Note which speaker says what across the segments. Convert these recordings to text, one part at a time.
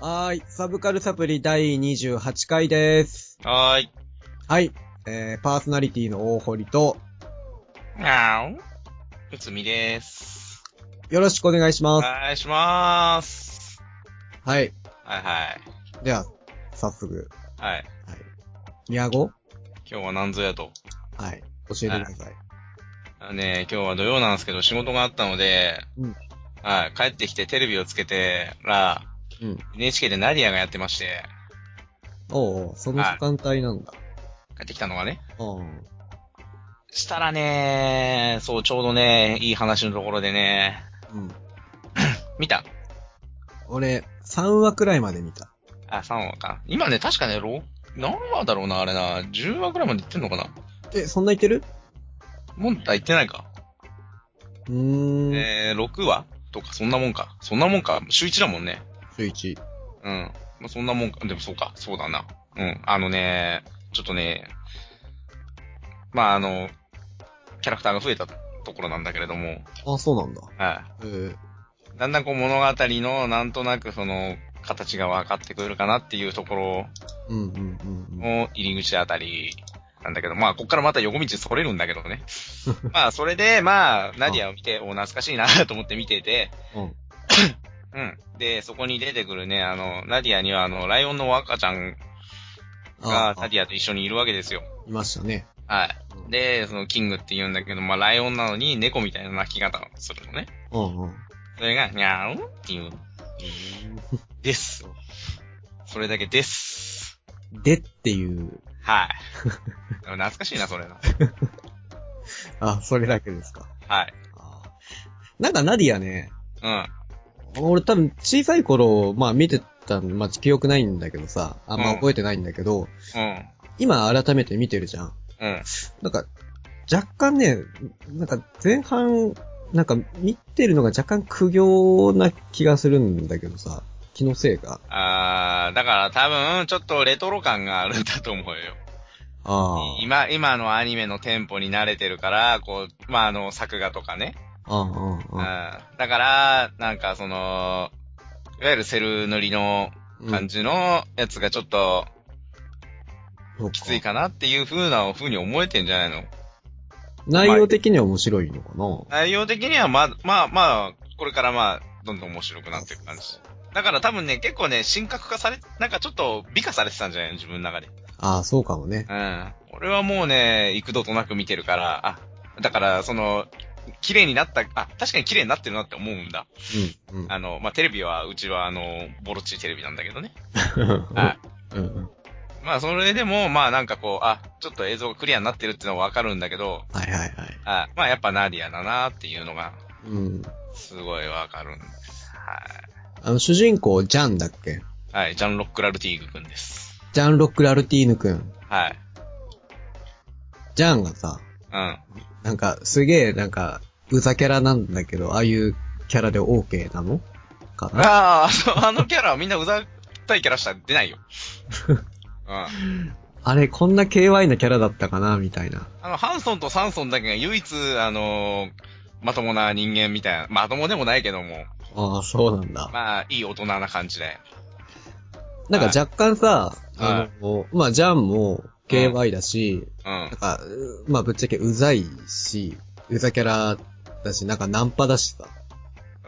Speaker 1: はーい。サブカルサプリ第28回です。
Speaker 2: はーい。
Speaker 1: はい。えー、パーソナリティの大堀と、
Speaker 2: あーん。うつみです。
Speaker 1: よろしくお願いし
Speaker 2: お
Speaker 1: ます。
Speaker 2: 願いしまーす。
Speaker 1: はい。
Speaker 2: はいはい。
Speaker 1: では、早速、
Speaker 2: はい。
Speaker 1: ニャゴ
Speaker 2: 今日は何ぞやと。
Speaker 1: はい。教えてください。
Speaker 2: あのね、今日は土曜なんですけど仕事があったので、
Speaker 1: うん
Speaker 2: はい。帰ってきてテレビをつけてら、
Speaker 1: うん。
Speaker 2: NHK でナリアがやってまして、
Speaker 1: おうおう、その時間帯なんだ。
Speaker 2: 帰ってきたのがね。
Speaker 1: うん。
Speaker 2: したらね、そう、ちょうどね、いい話のところでね、
Speaker 1: うん。
Speaker 2: 見た
Speaker 1: 俺、3話くらいまで見た。
Speaker 2: あ、3話か。今ね、確かね、ろ何話だろうな、あれな。10話くらいまでいってんのかな
Speaker 1: え、そんな言ってる
Speaker 2: もんあ、言ってないか。
Speaker 1: うーん。
Speaker 2: えー、6話とか、そんなもんか。そんなもんか。週1だもんね。
Speaker 1: 週一。
Speaker 2: うん。まあ、そんなもんか。でもそうか。そうだな。うん。あのね、ちょっとね、まあ、あの、キャラクターが増えたところなんだけれども、
Speaker 1: あ、そうなんだ。
Speaker 2: は
Speaker 1: えー、
Speaker 2: い。だんだんこう物語の、なんとなくその、形が分かってくるかなっていうところ
Speaker 1: うんうんうんうん。
Speaker 2: の入り口あたりなんだけど、まあ、こっからまた横道それるんだけど ね。まあ、それで、まあ、ナディアを見て、お、懐かしいなと思って見てて、
Speaker 1: うん。
Speaker 2: うん。で、そこに出てくるね、あの、ナディアには、あの、ライオンの赤ちゃんが、ナディアと一緒にいるわけですよ。
Speaker 1: いましたね。
Speaker 2: はい。
Speaker 1: うん
Speaker 2: で、その、キングって言うんだけど、まあ、ライオンなのに猫みたいな鳴き方をするのね。
Speaker 1: うんうん。
Speaker 2: それが、にゃーんっていう、です。それだけです。
Speaker 1: でっていう。
Speaker 2: はい。でも懐かしいな、それな。
Speaker 1: あ、それだけですか。
Speaker 2: はい。
Speaker 1: あーなんかナディアね、
Speaker 2: うん。
Speaker 1: 俺多分小さい頃、まあ見てた、まあ記憶ないんだけどさ、あんま
Speaker 2: うん
Speaker 1: 覚えてないんだけど、
Speaker 2: うん。
Speaker 1: 今改めて見てるじゃん。
Speaker 2: うん。
Speaker 1: なんか、若干ね、なんか前半、なんか見てるのが若干苦行な気がするんだけどさ、気のせいか。
Speaker 2: あー、だから多分、ちょっとレトロ感があるんだと思うよ。
Speaker 1: ああ。
Speaker 2: 今、今のアニメのテンポに慣れてるから、こう、まあ、あの、作画とかね。
Speaker 1: ああ、
Speaker 2: うん
Speaker 1: ああ、あ
Speaker 2: だから、なんかその、いわゆるセル塗りの
Speaker 1: あ。
Speaker 2: 感じのやつがちょっと
Speaker 1: うん
Speaker 2: きつい。かなっていう風な風に思えてんじゃない
Speaker 1: そ
Speaker 2: の
Speaker 1: うか内容的には面白いのかな
Speaker 2: 内容的にはま、まあまあ、これからまあ、どんどん面白くなっていく感じ。だから多分ね、結構ね、神格化され、なんかちょっと美化されてたんじゃないの自分の中で。
Speaker 1: ああ、そうかもね。
Speaker 2: うん。俺はもうね、幾度となく見てるから、あ、だから、その、綺麗になった、あ、確かに綺麗になってるなって思うんだ。
Speaker 1: うん、うん。
Speaker 2: あの、まあ、テレビは、うちは、あの、ボロっちいテレビなんだけどね。は。
Speaker 1: はいい。 うんうん。
Speaker 2: まあ、それでも、まあ、なんかこう、あ、ちょっと映像がクリアになってるっていうのはわかるんだけど、
Speaker 1: はいはいはい。
Speaker 2: あまあ、やっぱナディアだなっていうのが、
Speaker 1: うん。
Speaker 2: すごいわかるんです。
Speaker 1: あの、主人公、ジャンだっけ
Speaker 2: はい。はい、ジャン・ロック・ラルティーグくんです。
Speaker 1: ジャン・ロック・ラルティーヌくん。
Speaker 2: はい。
Speaker 1: ジャンがさ、
Speaker 2: うん。
Speaker 1: なんか、すげえ、なんか、うざキャラなんだけど、ああいうキャラで OK なのかな
Speaker 2: ああ、そうあのキャラはみんなうざったいキャラしか出ないよ。うん。
Speaker 1: あれ、こんな KY なキャラだったかなみたいな。
Speaker 2: あの、ハンソンとサンソンだけが唯一、あのーまともな人間みたいな、まともでもないけども、
Speaker 1: ああ、そうなんだ。
Speaker 2: まあ、いい大人な感じで。
Speaker 1: なんか
Speaker 2: はい
Speaker 1: 若干さ、
Speaker 2: は
Speaker 1: あの、まあ、ジャンも KY だし、
Speaker 2: うん
Speaker 1: なん。か、うまあ、ぶっちゃけうざいし、うざキャラだし、なんかナンパだしさ。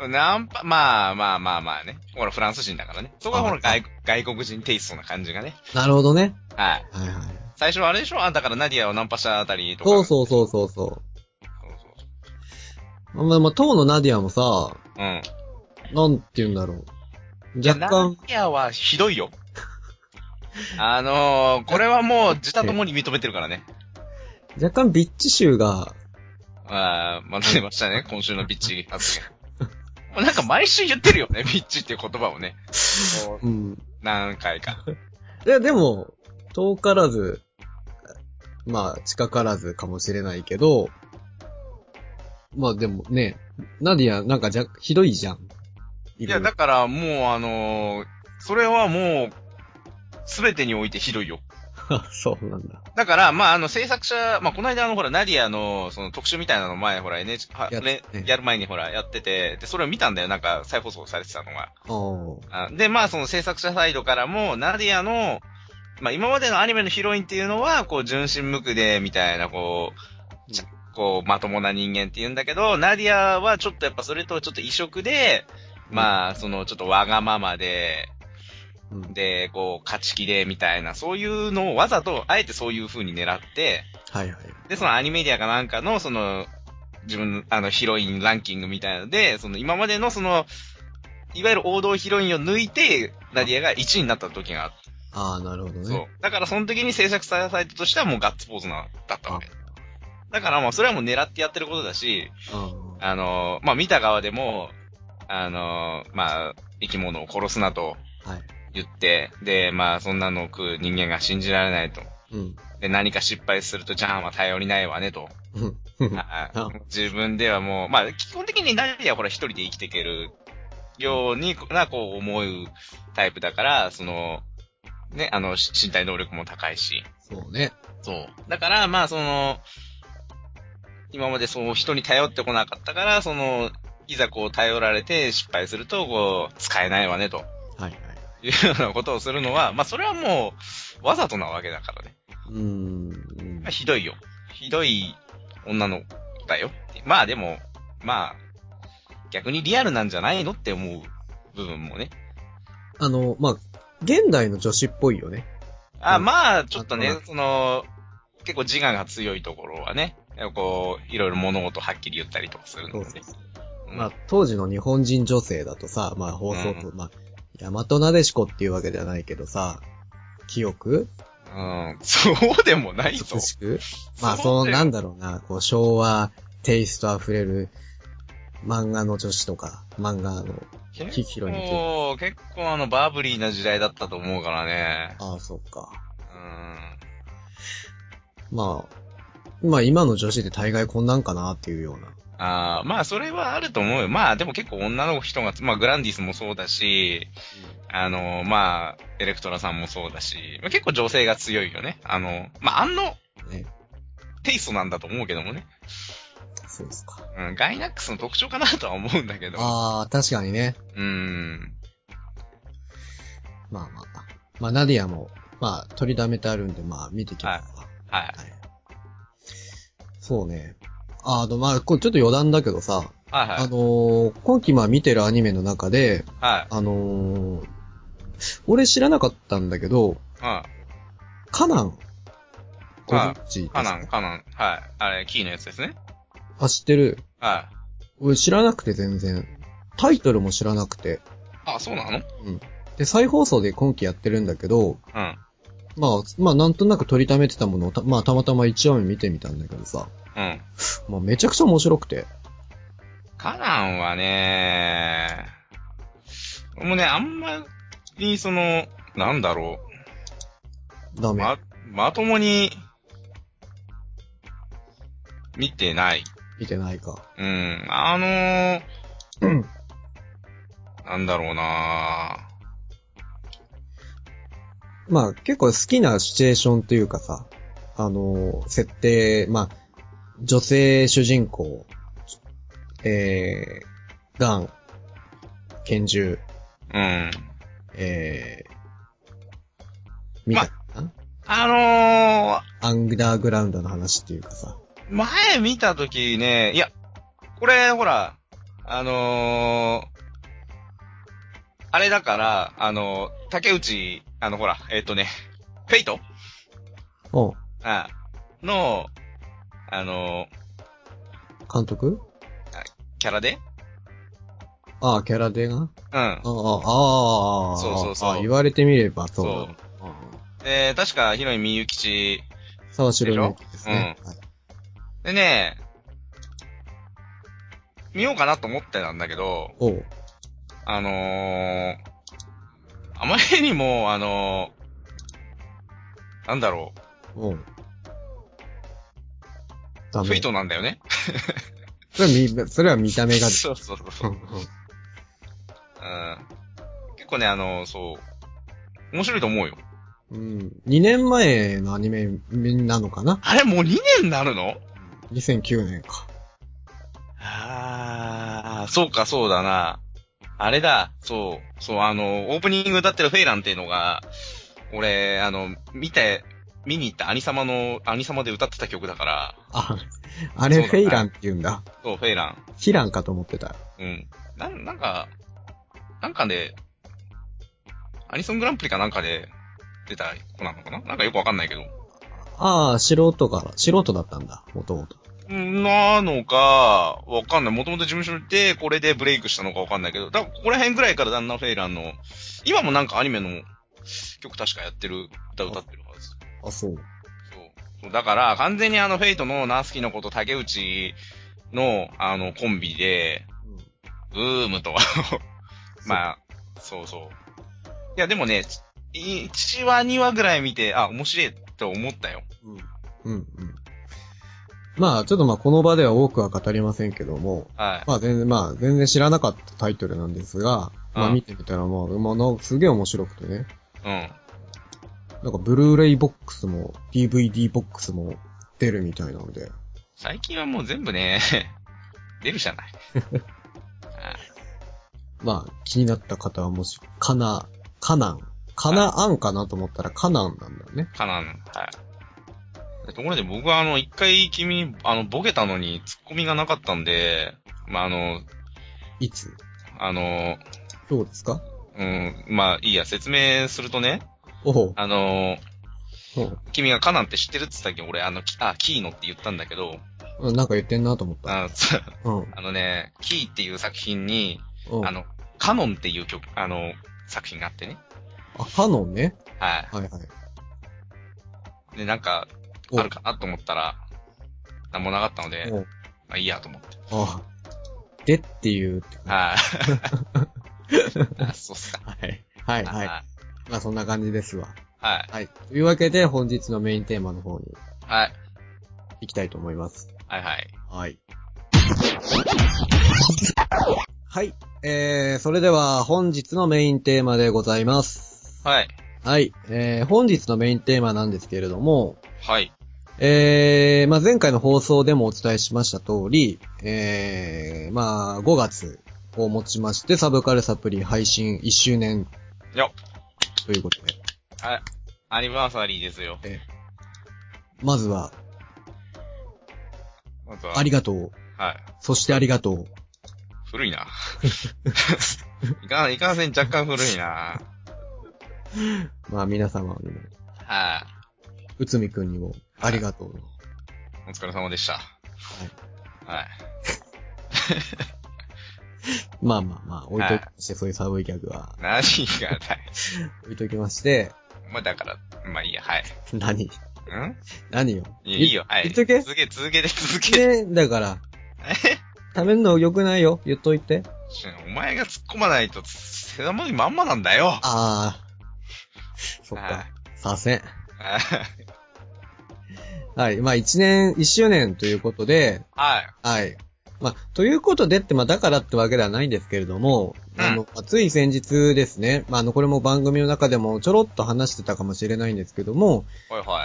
Speaker 2: ナンパ、まあまあまあまあね。ほら、フランス人だからね。そこはほら
Speaker 1: あ
Speaker 2: 外、外国人テイストな感じがね。
Speaker 1: なるほどね。
Speaker 2: はい。
Speaker 1: はいはい。
Speaker 2: 最初はあれでしょあんたからナディアをナンパしたあたりとか。
Speaker 1: そうそうそうそうそ
Speaker 2: そうそう
Speaker 1: う。まあ、まあ、当のナディアもさ、
Speaker 2: そう。うん。
Speaker 1: なんて言うんだろう。
Speaker 2: いや
Speaker 1: 若干、
Speaker 2: ナディアはひど いよ。あのー、これはもう自他ともに認めてるからね。
Speaker 1: 若干ビッチ臭が、
Speaker 2: ああ、まとめました ね、今週のビッチ発言。もうなんか毎週言ってるよね、ビッチっていう言葉をね。こう
Speaker 1: うん。
Speaker 2: 何回か。
Speaker 1: いや、でも、遠からず、まあ、近からずかもしれないけど、まあでもね、ナディアなんかじゃ、ひどいじゃん。い
Speaker 2: いや、だからもうあのーそれはもう、すべてにおいてひどいよ。
Speaker 1: ら。 そうなんだ。
Speaker 2: だから、まあ、あの、制作者、まあ、この間、あの、ほら、ナディアの、その、特集みたいなの前、ほら、NH、は
Speaker 1: やっ
Speaker 2: ね
Speaker 1: ね
Speaker 2: やる前に、ほら、やってて、で、それを見たんだよ、なんか、再放送されてたのが。
Speaker 1: ああ。
Speaker 2: あで、まあ、その制作者サイドからも、ナディアの、まあ、今までのアニメのヒロインっていうのは、こう、純真無垢で、みたいな、こう、ちゃこう、まともな人間って言うんだけど、ナディアはちょっとやっぱそれとちょっと異色で、まあ、その、ちょっとわがままで、
Speaker 1: うん。
Speaker 2: で、こう、勝ち気で、みたいな、そういうのをわざと、あえてそういう風に狙って、
Speaker 1: はいはい。
Speaker 2: で、そのアニメディアかなんかの、その、自分の、あの、ヒロインランキングみたいので、その、今までの、その、いわゆる王道ヒロインを抜いて、ナディアが1位になった時があって、
Speaker 1: ああ、なるほどね。
Speaker 2: そう。だから、その時に制作されたイトとしてはもうガッツポーズな、だったわけ。だから、まあ、それはもう狙ってやってることだし、
Speaker 1: うん。
Speaker 2: あの、まあ、見た側でも、あの、まあ、生き物を殺すなと
Speaker 1: はい。
Speaker 2: 言って、で、まあ、そんなのを食う人間が信じられないと。
Speaker 1: うん。
Speaker 2: で、何か失敗すると、じゃあ、まあ、頼りないわね、と。
Speaker 1: うん。
Speaker 2: あ
Speaker 1: あ
Speaker 2: 自分ではもう、まあ、基本的にナディアはほら一人で生きていけるように、な、こう思うタイプだから、その、ね、あの、し身体能力も高いし。
Speaker 1: そうね。
Speaker 2: そう。だから、まあ、その、今までそう人に頼ってこなかったから、その、いざこう頼られて失敗すると、こう、使えないわね、と
Speaker 1: はいはい。
Speaker 2: いうようなことをするのは、まあ、それはもう、わざとなわけだからね。
Speaker 1: うーん
Speaker 2: まあ、。ひどいよ。ひどい女の子だよ。まあでも、まあ、逆にリアルなんじゃないのって思う部分もね。
Speaker 1: あの、まあ、現代の女子っぽいよね。
Speaker 2: あ、
Speaker 1: うん
Speaker 2: まあ、ちょっと
Speaker 1: あ
Speaker 2: ね
Speaker 1: と、
Speaker 2: その、結構自我が強いところはね、こう、いろいろ物事はっきり言ったりとかするので。うん
Speaker 1: まあ、当時の日本人女性だとさ、まあ、放送と、まあ、大和なでしこっていうわけじゃないけどさ、清く
Speaker 2: うん、そうでもないぞ
Speaker 1: 美。しくまあ、
Speaker 2: そ
Speaker 1: そうの、
Speaker 2: だよ
Speaker 1: なんだろうな、こう、昭和テイスト溢れる漫画の女子とか、漫画の、ひ
Speaker 2: 結
Speaker 1: ひろいの
Speaker 2: 構、結構あの、バーブリーな時代だったと思うからね。
Speaker 1: ああ、そっか。
Speaker 2: うん。
Speaker 1: まあ、まあ、今の女子って大概こんなんかなっていうような。
Speaker 2: ああ、まあ、それはあると思うよ。まあ、でも結構女の人が、まあ、グランディスもそうだし、あの、まあ、エレクトラさんもそうだし、まあ、結構女性が強いよね。あの、まあ、あんの
Speaker 1: ね。
Speaker 2: テイストなんだと思うけどもね。
Speaker 1: そうですか。
Speaker 2: うん、ガイナックスの特徴かなとは思うんだけど。
Speaker 1: ああ、確かにね。
Speaker 2: うん。
Speaker 1: まあまあ。まあ、ナディアも、まあ、取りだめてあるんで、まあ、見てきますか。
Speaker 2: はい。
Speaker 1: はい。そうね。あの、まあ、これちょっと余談だけどさ、
Speaker 2: はいは
Speaker 1: あ
Speaker 2: い。
Speaker 1: のー今期まあ見てるアニメの中で、
Speaker 2: はい。
Speaker 1: あのー俺知らなかったんだけど、
Speaker 2: うん。
Speaker 1: カナン。ご
Speaker 2: あ
Speaker 1: 存知ですか
Speaker 2: カナン、カナン。はい。あれ、キーのやつですね。
Speaker 1: あ、知ってる。
Speaker 2: は
Speaker 1: 俺知らなくて全然。タイトルも知らなくて。
Speaker 2: い。あ、そうなのうん。
Speaker 1: で、再放送で今期やってるんだけど、
Speaker 2: うん。
Speaker 1: まあ、まあなんとなく取りためてたものをた、まあたまたま1話目見てみたんだけどさ、
Speaker 2: うん。
Speaker 1: まあめちゃくちゃ面白くて。
Speaker 2: カナンはね、もうね、あんまり、その、なんだろう。
Speaker 1: ダメ。
Speaker 2: ま、まともに、見てない。
Speaker 1: 見てないか。
Speaker 2: うん。あのー、
Speaker 1: うん。
Speaker 2: なんだろうな
Speaker 1: まあ結構好きなシチュエーションというかさ、あのー設定、まあ、女性主人公、えー、ガン、拳銃、
Speaker 2: うん。
Speaker 1: えー、みたいな、
Speaker 2: あの
Speaker 1: アンダーグラウンドの話っていうかさ、
Speaker 2: ー、前見たときね、いや、これ、ほら、あのー、あれだから、あのー、竹内、あの、ほら、えっ、とね、フェイト
Speaker 1: お
Speaker 2: あの、あの
Speaker 1: 監督
Speaker 2: ー、キャラで
Speaker 1: ああ、キャラでが
Speaker 2: うん
Speaker 1: あ。あ、ああ、
Speaker 2: そうそうそう
Speaker 1: ああ言われてみればそうだ。
Speaker 2: そう
Speaker 1: あ
Speaker 2: えー、確か、ヒロインみゆきち
Speaker 1: あ沢城ゆきですね。はい
Speaker 2: でね、見ようかなと思ってたんだけど、
Speaker 1: おう
Speaker 2: あのー、あまりにも、あのー、なんだろ
Speaker 1: おう。
Speaker 2: う、
Speaker 1: ダメ。
Speaker 2: フェイトなんだよね。
Speaker 1: それはみ、それは見た目がです。
Speaker 2: そうそうそうう。
Speaker 1: んうん
Speaker 2: うん。結構ね、あの、そう。面白いと思うよ。
Speaker 1: うん。2年前のアニメなのかな
Speaker 2: あれ、もう2年になるの
Speaker 1: ?2009 年か。
Speaker 2: ああ、そうか、そうだな。あれだ、そう、そう、あの、オープニング歌ってるフェイランっていうのが、俺、あの、見て、見に行った兄様の、兄様で歌ってた曲だから、
Speaker 1: あ、あ
Speaker 2: そう
Speaker 1: れ
Speaker 2: だね
Speaker 1: フェイランって言うんだ。
Speaker 2: そう、フェイラン。
Speaker 1: ヒランかと思ってた。
Speaker 2: うん。なん、なんか、なんかで、アニソングランプリかなんかで出た子なのかななんかよくわかんないけど。
Speaker 1: ああ、素人から、素人だったんだ、もともと。
Speaker 2: うんなのか、わかんない。もともと事務所で、これでブレイクしたのかわかんないけど、だからここら辺ぐらいから旦那フェイランの、今もなんかアニメの曲確かやってる、歌歌ってるはず。そ
Speaker 1: あ、そう。
Speaker 2: う。そうだから、完全にあの、フェイトのナースキーのこと竹内の、あの、コンビで、ブームとは、まあ、そうそう。いや、でもね、い1話、2話ぐらい見て、あ、面白いと思ったよ。
Speaker 1: うん。うん、うん。まあ、ちょっとまあ、この場では多くは語りませんけども、
Speaker 2: はい。
Speaker 1: まあ全然、まあ全然知らなかったタイトルなんですが、まあ
Speaker 2: うん
Speaker 1: 見てみたらもう、ものすげえ面白くてね。
Speaker 2: うん。
Speaker 1: なんかブルーレイボックスも DVD ボックスも出るみたいなので、
Speaker 2: 最近はもう全部ね、 出るじゃない。あ
Speaker 1: まあ気になった方はもし、カナ、カナン、カナアンかなと思ったらカナンなんだよね。
Speaker 2: かなはい。ところで僕はあの、一回君に、あの、ボケたのに突っ込みがなかったんで、まあ、あの、
Speaker 1: いつ
Speaker 2: あの、
Speaker 1: 今日ですか
Speaker 2: うん、まあ、いいや、説明するとね、
Speaker 1: おう
Speaker 2: あの、
Speaker 1: お
Speaker 2: 君がカナンって知ってるって言ったっけ俺、あの、きあ、キーノって言ったんだけど、
Speaker 1: ううんなんか言ってんなと思った。
Speaker 2: あ そう
Speaker 1: うん。う
Speaker 2: あのね、キーっていう作品に、
Speaker 1: ん。
Speaker 2: あの、カノンっていう曲、あの、作品があってね。
Speaker 1: あ、カノンね。
Speaker 2: は
Speaker 1: はいはい。
Speaker 2: い。で、なんか、
Speaker 1: おう
Speaker 2: あるかなと思ったら、なんもなかったので、
Speaker 1: おう
Speaker 2: まあいいやと思って。
Speaker 1: あでっていう。
Speaker 2: はい。 あそうっすか。
Speaker 1: はい。はいはい。
Speaker 2: あ
Speaker 1: まあそんな感じですわ。
Speaker 2: はい。
Speaker 1: はい。というわけで本日のメインテーマの方に
Speaker 2: はい。
Speaker 1: 行きたいと思います。
Speaker 2: はいはい。
Speaker 1: はい。はい。えー、それでは本日のメインテーマでございます。
Speaker 2: はい。
Speaker 1: はい。えー、本日のメインテーマなんですけれども、
Speaker 2: はい。
Speaker 1: えー、まあ、前回の放送でもお伝えしました通り、えー、まあ、5月をもちまして、サブカルサプリ配信1周年
Speaker 2: よ
Speaker 1: ということで、
Speaker 2: はい。アニバーサリーですよ。
Speaker 1: えーまずは、
Speaker 2: まずは。
Speaker 1: ありがとう。
Speaker 2: はい。
Speaker 1: そしてありがとう。
Speaker 2: 古いな。いかん、いかんせん若干古いな。
Speaker 1: まあ、皆様にも、
Speaker 2: は
Speaker 1: うつみくんにも、ありがとう。
Speaker 2: い。お疲れ様でした。はい。
Speaker 1: まあまあまあ、置いときまして、そういう寒いギャグは、
Speaker 2: 何がだい。
Speaker 1: 置いときまして、
Speaker 2: まあだから、まあいいや、はい。
Speaker 1: 何
Speaker 2: ん
Speaker 1: 何よ。
Speaker 2: いいいいよ、はい。
Speaker 1: 言っとけ
Speaker 2: 続け、続けて、続けて。
Speaker 1: ねだから、食べるの良くないよ。言っといて。
Speaker 2: お前が突っ込まないと、狭まいまんまなんだよ。
Speaker 1: ああ。そっ
Speaker 2: は
Speaker 1: か
Speaker 2: い。
Speaker 1: させん。
Speaker 2: はい
Speaker 1: はい。まあ、一年、一周年ということで、
Speaker 2: はい。
Speaker 1: はい。まあ、ということでって、まあ、だからってわけではないんですけれども、
Speaker 2: うん
Speaker 1: あの、まあつい先日ですね、まあ、あの、これも番組の中でもちょろっと話してたかもしれないんですけども、
Speaker 2: ほいほい。は
Speaker 1: まあ、
Speaker 2: い。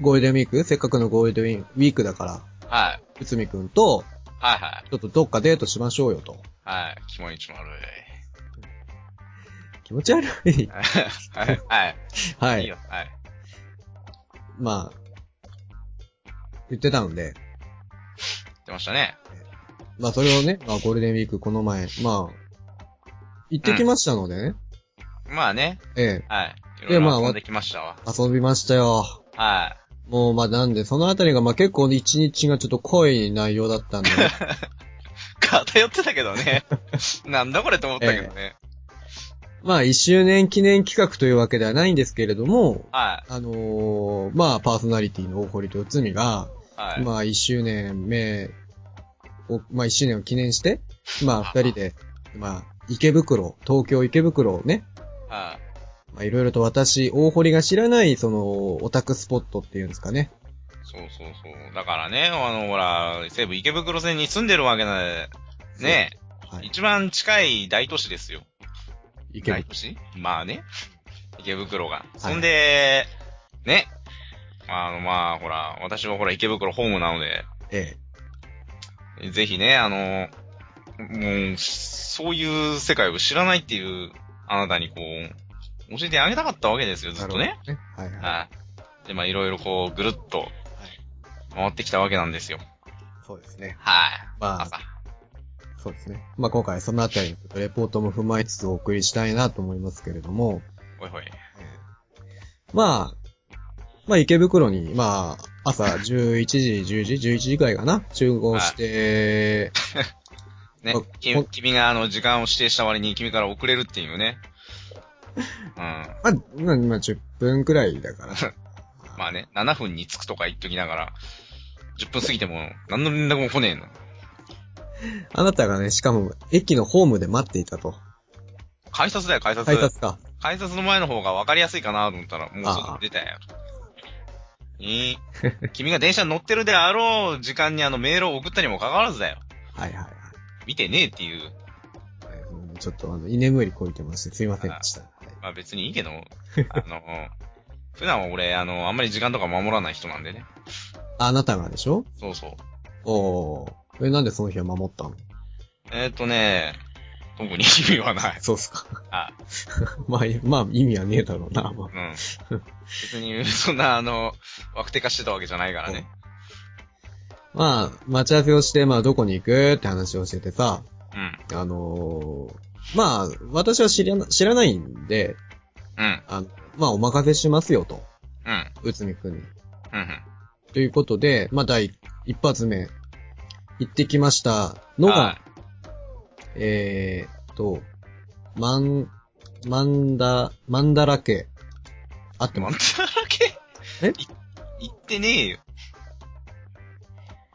Speaker 1: ゴールデンウィーク、せっかくのゴールデンウィークだから、
Speaker 2: はい。
Speaker 1: 内海くんと、
Speaker 2: はい。
Speaker 1: ちょっとどっかデートしましょうよと。
Speaker 2: はい。気持ち悪い。。
Speaker 1: 気持ち悪い
Speaker 2: はい。はい。
Speaker 1: はい
Speaker 2: い
Speaker 1: い。
Speaker 2: よ。はい。
Speaker 1: まあ、言ってたので、
Speaker 2: 言ってましたね。
Speaker 1: まあそれをね、まあゴールデンウィークこの前、まあ、行ってきましたのでね。
Speaker 2: まあね。
Speaker 1: ええ、
Speaker 2: はい。
Speaker 1: で
Speaker 2: いろい
Speaker 1: まあ
Speaker 2: ろ遊んできましたわ。
Speaker 1: 遊びましたよ。
Speaker 2: は
Speaker 1: もうまあなんで、そのあたりがまあ結構一日がちょっと濃い内容だったんで、ね、
Speaker 2: い。偏ってたけど ね。なんだこれと思ったけどね。
Speaker 1: まあ一周年記念企画というわけではないんですけれども、
Speaker 2: は
Speaker 1: あのーまあパーソナリティの大堀と内海が、
Speaker 2: い。はい。
Speaker 1: まあ、一周年目を、まあ、一周年を記念して、まあ、二人で、まあ、池袋、東京池袋をね、
Speaker 2: は
Speaker 1: まあ、いろいろと私、大堀が知らない、その、オタクスポットっていうんですかね。
Speaker 2: い。そうそうそう。だからね、あの、ほら、西武池袋線に住んでるわけなね、
Speaker 1: はい。
Speaker 2: 一番近い大都市ですよ。
Speaker 1: いけ
Speaker 2: 大
Speaker 1: る。
Speaker 2: 都市まあね。池袋が。
Speaker 1: い
Speaker 2: そんで、ね。あの、まあ、ほら、私はほら、池袋ホームなので、
Speaker 1: え
Speaker 2: ぜひね、あの、もう、そういう世界を知らないっていう、あなたにこう、教えてあげたかったわけですよ、
Speaker 1: え。
Speaker 2: ずっとね。
Speaker 1: なるほどね。はいは
Speaker 2: はい。で、まあ、いろいろこう、ぐるっと、回ってきたわけなんですよ。
Speaker 1: い。そうですね。
Speaker 2: はい。
Speaker 1: まあ、
Speaker 2: 朝。
Speaker 1: そうですね。まあ今回そのあたりのレポートも踏まえつつお送りしたいなと思いますけれども、
Speaker 2: ほいほい。
Speaker 1: まあ、まあ池袋に、まあ、朝11時、10時、11時ぐらいかな、集合して、
Speaker 2: ね
Speaker 1: あ、
Speaker 2: き
Speaker 1: ほん
Speaker 2: 君があの、時間を指定した割に君から遅れるっていうね。 うん。
Speaker 1: まあ、まあまあ10分くらいだ から。
Speaker 2: まあね、7分に着くとか言っときながら、10分過ぎても、何の連絡も来ねえの。
Speaker 1: あなたがね、しかも駅のホームで待っていたと。
Speaker 2: 改札だよ、改札。
Speaker 1: 改札か。
Speaker 2: 改札の前の方が分かりやすいかなと思ったら、もう外出たよ。えー君が電車に乗ってるであろう時間にあのメールを送ったにもかかわらずだよ。
Speaker 1: はいはいはい。
Speaker 2: 見てねえっていう。
Speaker 1: うんちょっとあの、居眠りこいてまして、すいませんでした。はい
Speaker 2: まあ別にいいけ ど、あの、普段は俺、あの、あんまり時間とか守らない人なんでね。
Speaker 1: あなたがでしょ
Speaker 2: そうそう。
Speaker 1: おー。え、なんでその日は守ったの
Speaker 2: えーっ、とね、特に意味はない。
Speaker 1: そうっすか。
Speaker 2: あ、
Speaker 1: まあ、いまあ、意味はねえだろうな。まあ
Speaker 2: うん。別に、そんな、あの、枠手化してたわけじゃないからね。
Speaker 1: まあ、待ち合わせをして、まあ、どこに行くって話をしててさ、
Speaker 2: うん。
Speaker 1: あのーまあ、私は知らな、知らないんで、
Speaker 2: うん。
Speaker 1: あの、まあ、お任せしますよと、
Speaker 2: うん。
Speaker 1: 内海くんに。
Speaker 2: うん。
Speaker 1: ということで、まあ、第一発目、行ってきましたのが、
Speaker 2: はい
Speaker 1: えーっと、マン、マンダ、マンダラ家。合って
Speaker 2: マ
Speaker 1: ま
Speaker 2: ン
Speaker 1: す
Speaker 2: ダラケ
Speaker 1: え
Speaker 2: い言ってねえよ。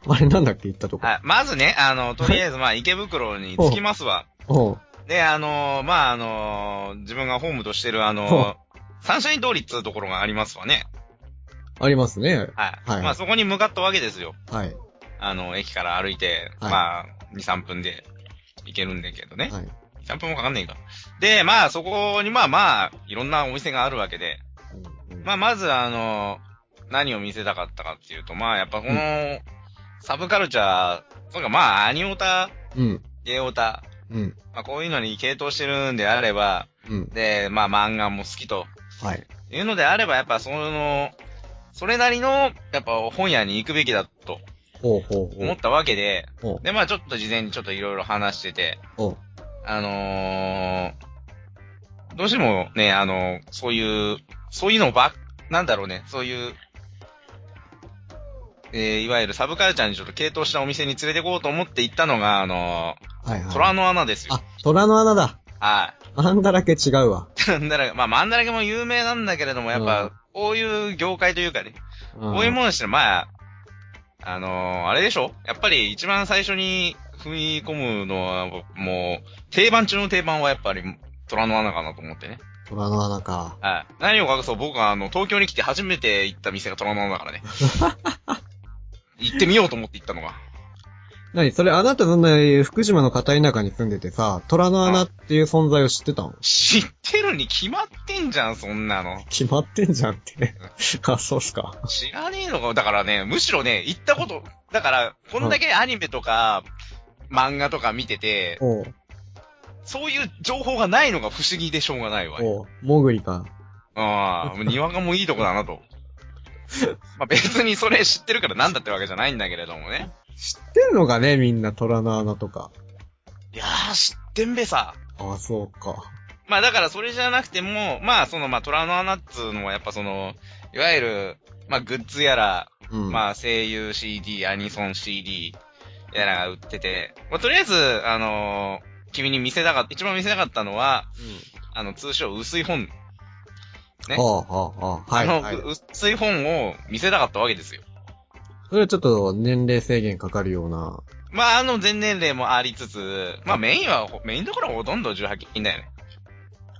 Speaker 1: あれなんだっけ言ったとこ。
Speaker 2: はい。まずね、あの、とりあえず、まあ、池袋に着きますわ。
Speaker 1: おう
Speaker 2: で、あの、まあ、あの、自分がホームとしてる、あ
Speaker 1: ほう、
Speaker 2: のサンシャイン通りっつうところがありますわね。
Speaker 1: ありますね。
Speaker 2: はい。
Speaker 1: はい
Speaker 2: まあ、そこに向かったわけですよ。
Speaker 1: はい。
Speaker 2: あの、駅から歩いて、
Speaker 1: はい
Speaker 2: まあ、2、3分で行けるんだけどね。
Speaker 1: はい。
Speaker 2: 3分もかかんないか。で、まあ、そこにまあまあ、いろんなお店があるわけで、
Speaker 1: うんうん
Speaker 2: まあ、まずあの、何を見せたかったかっていうと、まあ、やっぱこの、サブカルチャー、とかまあ、アニオタ、
Speaker 1: うん。
Speaker 2: ゲオタ、
Speaker 1: うん。
Speaker 2: まあ、こういうのに傾倒してるんであれば、
Speaker 1: うん。
Speaker 2: で、まあ、漫画も好きと
Speaker 1: はい。
Speaker 2: いうのであれば、やっぱその、それなりの、やっぱ本屋に行くべきだと
Speaker 1: ほうほう
Speaker 2: 思ったわけで、
Speaker 1: ほう。
Speaker 2: で、まあ、ちょっと事前にちょっといろいろ話してて、
Speaker 1: ほう。
Speaker 2: あのー、どうしてもね、あのーそういう、そういうのばっ、なんだろうね、そういう、えー、いわゆるサブカルチャーにちょっと傾倒したお店に連れてこうと思って行ったのが、あの
Speaker 1: はいは
Speaker 2: ー、
Speaker 1: い。
Speaker 2: 虎の穴ですよ
Speaker 1: あ。、虎の穴だ。
Speaker 2: は
Speaker 1: あんだらけ違うわ。
Speaker 2: い。 なんだら、まあ、マンダラケも有名なんだけれども、やっ
Speaker 1: うん
Speaker 2: ぱ、こういう業界というかね、
Speaker 1: うん
Speaker 2: こういうものして、まあ、あのー、あれでしょやっぱり一番最初に踏み込むのは、もう、定番中の定番はやっぱり、虎の穴かなと思ってね。
Speaker 1: 虎の穴か。
Speaker 2: はい。何を隠そう、僕はあの、東京に来て初めて行った店が虎ノ門だからね。 行ってみようと思って行ったのが。
Speaker 1: なに、それあなたそんな福島の片田舎に住んでてさ、虎の穴っていう存在を知ってたの
Speaker 2: 知ってるに決まってんじゃん、そんなの。
Speaker 1: 決まってんじゃんって。 あ、そうっすか。
Speaker 2: 知らねえのか。だからね、むしろね、行ったこと、だから、こんだけアニメとか、漫画とか見てて、
Speaker 1: おう、
Speaker 2: そういう情報がないのが不思議でしょうがないわ。
Speaker 1: おう、もぐりか。
Speaker 2: ああ、にわかもいいとこだなと。まあ別にそれ知ってるからなんだってわけじゃないんだけれどもね。
Speaker 1: 知ってんのかね、みんな虎の穴とか。
Speaker 2: いやー、知ってんべさ。
Speaker 1: あ、そうか。
Speaker 2: まあだからそれじゃなくても、まあそのまあ虎の穴っつうのはやっぱその、いわゆる、まあグッズやら、
Speaker 1: うん。
Speaker 2: まあ声優 CD、アニソン CD やらが売ってて、まあとりあえず、あのー君に見せたかった、一番見せたかったのは、あの通称薄い本。ね
Speaker 1: うん。はあ、はあ、はあ。はい、は
Speaker 2: あ
Speaker 1: い
Speaker 2: の、。う薄い本を見せたかったわけですよ。
Speaker 1: それはちょっと年齢制限かかるような。
Speaker 2: まああの全年齢もありつつ、まあメインは、メインどころはほとんど18禁だよね。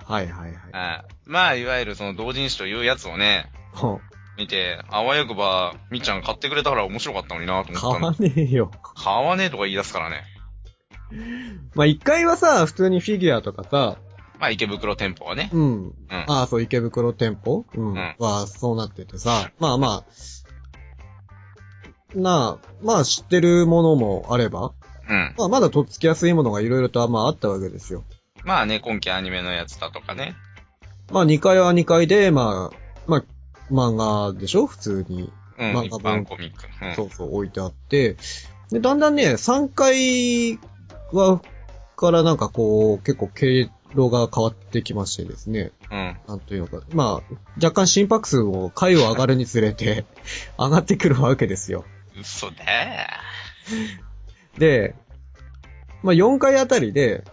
Speaker 1: はい、はい、はい。
Speaker 2: ああまあいわゆるその同人誌というやつをね、
Speaker 1: ほう
Speaker 2: 見て、あわよくば、みっちゃん買ってくれたから面白かったのになと思った
Speaker 1: 買
Speaker 2: の
Speaker 1: わ。ねえよ。
Speaker 2: 買わねえとか言い出すからね。
Speaker 1: まあ、一回はさ、普通にフィギュアとかさ、
Speaker 2: まあ、池袋店舗はね。
Speaker 1: うん。
Speaker 2: うん
Speaker 1: ああ、そう、池袋店舗うん。
Speaker 2: うん
Speaker 1: は、そうなっててさ、まあまあ、なあ、まあ知ってるものもあれば、
Speaker 2: うん。
Speaker 1: まあまだとっつきやすいものがいろいろとまああったわけですよ。
Speaker 2: まあね、今期アニメのやつだとかね。
Speaker 1: まあ2階は2階で、まあ、まあ、漫画でしょ普通に。
Speaker 2: うん、
Speaker 1: まあ
Speaker 2: 一般コミック。うん。
Speaker 1: そうそう、置いてあって。で、だんだんね、3階は、からなんかこう、結構経路が変わってきましてですね。
Speaker 2: うん。
Speaker 1: なんというのか、まあ、若干心拍数を、回を上がるにつれて、 上がってくるわけですよ。
Speaker 2: 嘘だー。
Speaker 1: で、まあ4回あたりで、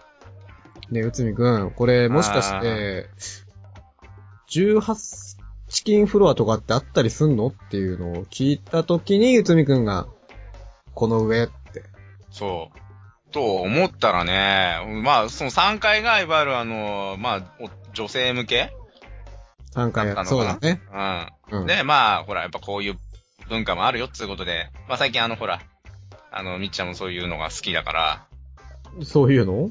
Speaker 1: ね、内海くん、これもしかして、18チキンフロアとかってあったりすんのっていうのを聞いたときに、内海くんが、この上って。
Speaker 2: そう。と思ったらね、まあ、その3階が、いわゆるあの、まあ、お女性向け
Speaker 1: 3回
Speaker 2: だったのかな
Speaker 1: そうだね。
Speaker 2: うん。
Speaker 1: うん。
Speaker 2: で、まあ、ほら、やっぱこういう文化もあるよっていうことで、まあ最近あの、ほら、あの、みっちゃんもそういうのが好きだから、
Speaker 1: そういうの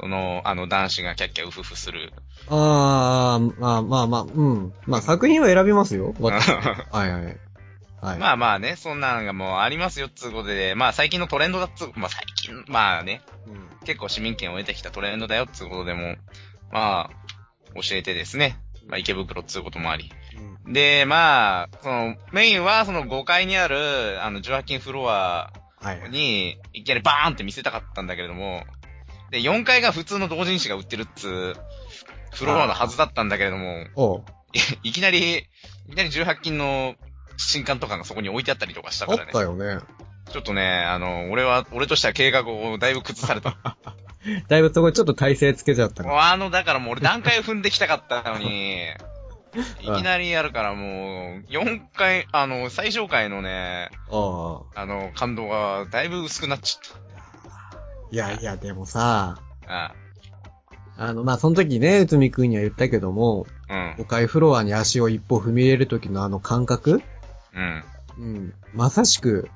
Speaker 2: その、あの、男子がキャッキャウフフする。
Speaker 1: あー、まあまあまあ、うん。まあ作品は選びますよ。わ はいはい。はい。
Speaker 2: まあまあね、そんなのがもうありますよっていうことで、まあ最近のトレンドだっつう、まあ最近、まあね、
Speaker 1: うん
Speaker 2: 結構市民権を得てきたトレンドだよっていうことでも、まあ、教えてですね、まあ池袋っていうこともあり。で、まあ、その、メインはその5階にある、あの、18金フロア
Speaker 1: はい。
Speaker 2: に、いきなりバーンって見せたかったんだけれども、で、4階が普通の同人誌が売ってるっつう、フロアのはずだったんだけれども、
Speaker 1: おう
Speaker 2: いきなり、いきなり18金の新刊とかがそこに置いてあったりとかした
Speaker 1: あ
Speaker 2: か
Speaker 1: っ
Speaker 2: らね
Speaker 1: た。よね。
Speaker 2: ちょっとね、あの、俺は、俺としては計画をだいぶ崩された。
Speaker 1: だいぶそこにちょっと体勢つけちゃった
Speaker 2: も
Speaker 1: か
Speaker 2: うあの、だからもう俺段階踏んできたかったのに、い
Speaker 1: うん
Speaker 2: きなりやるからもう、4回、あの、最上階のね、
Speaker 1: ら。ああ。
Speaker 2: あの、感動がだいぶ薄くなっちゃっ
Speaker 1: いやいや、でもさ、
Speaker 2: た。
Speaker 1: あの、まあ、その時ね、内海くんには言ったけども、
Speaker 2: うん。
Speaker 1: 5階フロアに足を一歩踏み入れる時のあの感覚
Speaker 2: うん。うん。
Speaker 1: うん。まさしく、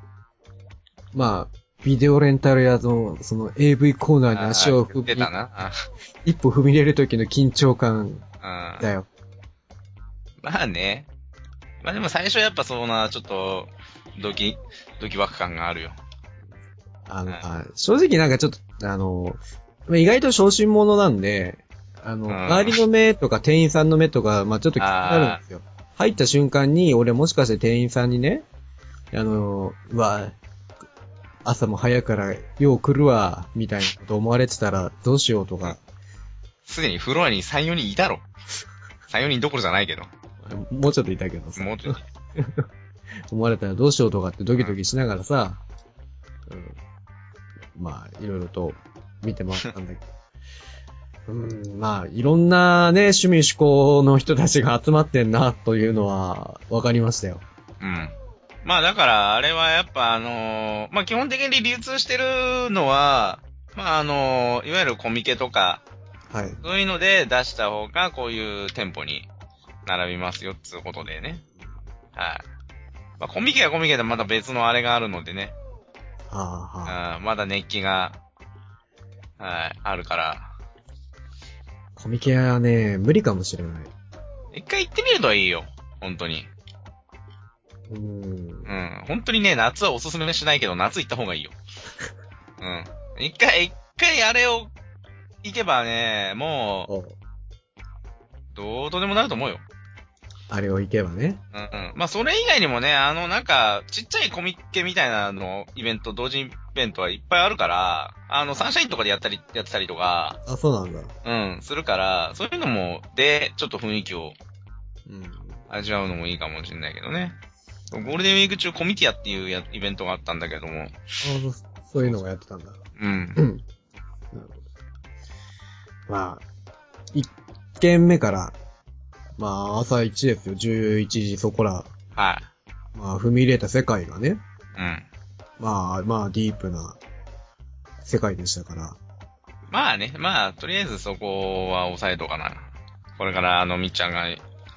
Speaker 1: まあ、ビデオレンタルやの、その AV コーナーに足を
Speaker 2: あー言
Speaker 1: 踏
Speaker 2: って
Speaker 1: み
Speaker 2: た、な。
Speaker 1: 一歩踏み入れる時の緊張感
Speaker 2: うん。
Speaker 1: だよ。
Speaker 2: まあね。まあでも最初やっぱそうな、ちょっと、ドキ、ドキワク感があるよ。
Speaker 1: あの、
Speaker 2: うん
Speaker 1: あ正直なんかちょっと、あの、まあ意外と昇進者なんで、あの、
Speaker 2: うん
Speaker 1: 周りの目とか店員さんの目とか、まあちょっと気になるんですよ。入った瞬間に、俺もしかして店員さんにね、あの、うわ、朝も早いから、よう来るわ、みたいなこと思われてたら、どうしようとか、
Speaker 2: すでにフロアに3、4人いたろ。3、4人どころじゃないけど。
Speaker 1: もうちょっといたけどさ、
Speaker 2: もうちょっと。
Speaker 1: 思われたらどうしようとかってドキドキしながらさ、うん、まあ、いろいろと見て回ったんだけど。 うん、まあ、いろんなね、趣味趣向の人たちが集まってんな、というのは、わかりましたよ。
Speaker 2: うん。まあだから、あれはやっぱあのーまあ基本的に流通してるのは、まああのーいわゆるコミケとか、
Speaker 1: はい。
Speaker 2: そういうので出した方がこういう店舗に並びますよっつうことでね。はい、まあコミケはコミケでまた別のあれがあるのでね。
Speaker 1: はあ、はあ、
Speaker 2: うん、まだ熱気が、はい、あるから。
Speaker 1: コミケはね、無理かもしれない。
Speaker 2: 一回行ってみるといいよ。本当に。
Speaker 1: うん
Speaker 2: う。ん。本当にね、夏はおすすめしないけど、夏行った方がいいよ。うん。一回、一回あれを、行けばね、も
Speaker 1: お
Speaker 2: う、どうとでもなると思うよ。
Speaker 1: あれを行けばね。
Speaker 2: うんうん。まあ、それ以外にもね、あの、なんか、ちっちゃいコミッケみたいなの、イベント、同時イベントはいっぱいあるから、あの、サンシャインとかでやったり、やってたりとか、
Speaker 1: あ、そうなんだ。
Speaker 2: うん、するから、そういうのも、で、ちょっと雰囲気を
Speaker 1: うん。
Speaker 2: 味わうのもいいかもしれないけどね。ゴールデンウィーク中コミティアっていうやイベントがあったんだけども。
Speaker 1: あそそういうのがやってたんだ。
Speaker 2: うん。
Speaker 1: うん。なるほど。まあ、一軒目から、まあ、朝1ですよ、11時そこら、
Speaker 2: は
Speaker 1: まあ、踏み入れた世界がね、
Speaker 2: い。うん。
Speaker 1: まあ、まあ、ディープな世界でしたから、
Speaker 2: まあね、まあ、とりあえずそこは抑えとかな。これから、あの、みっちゃんが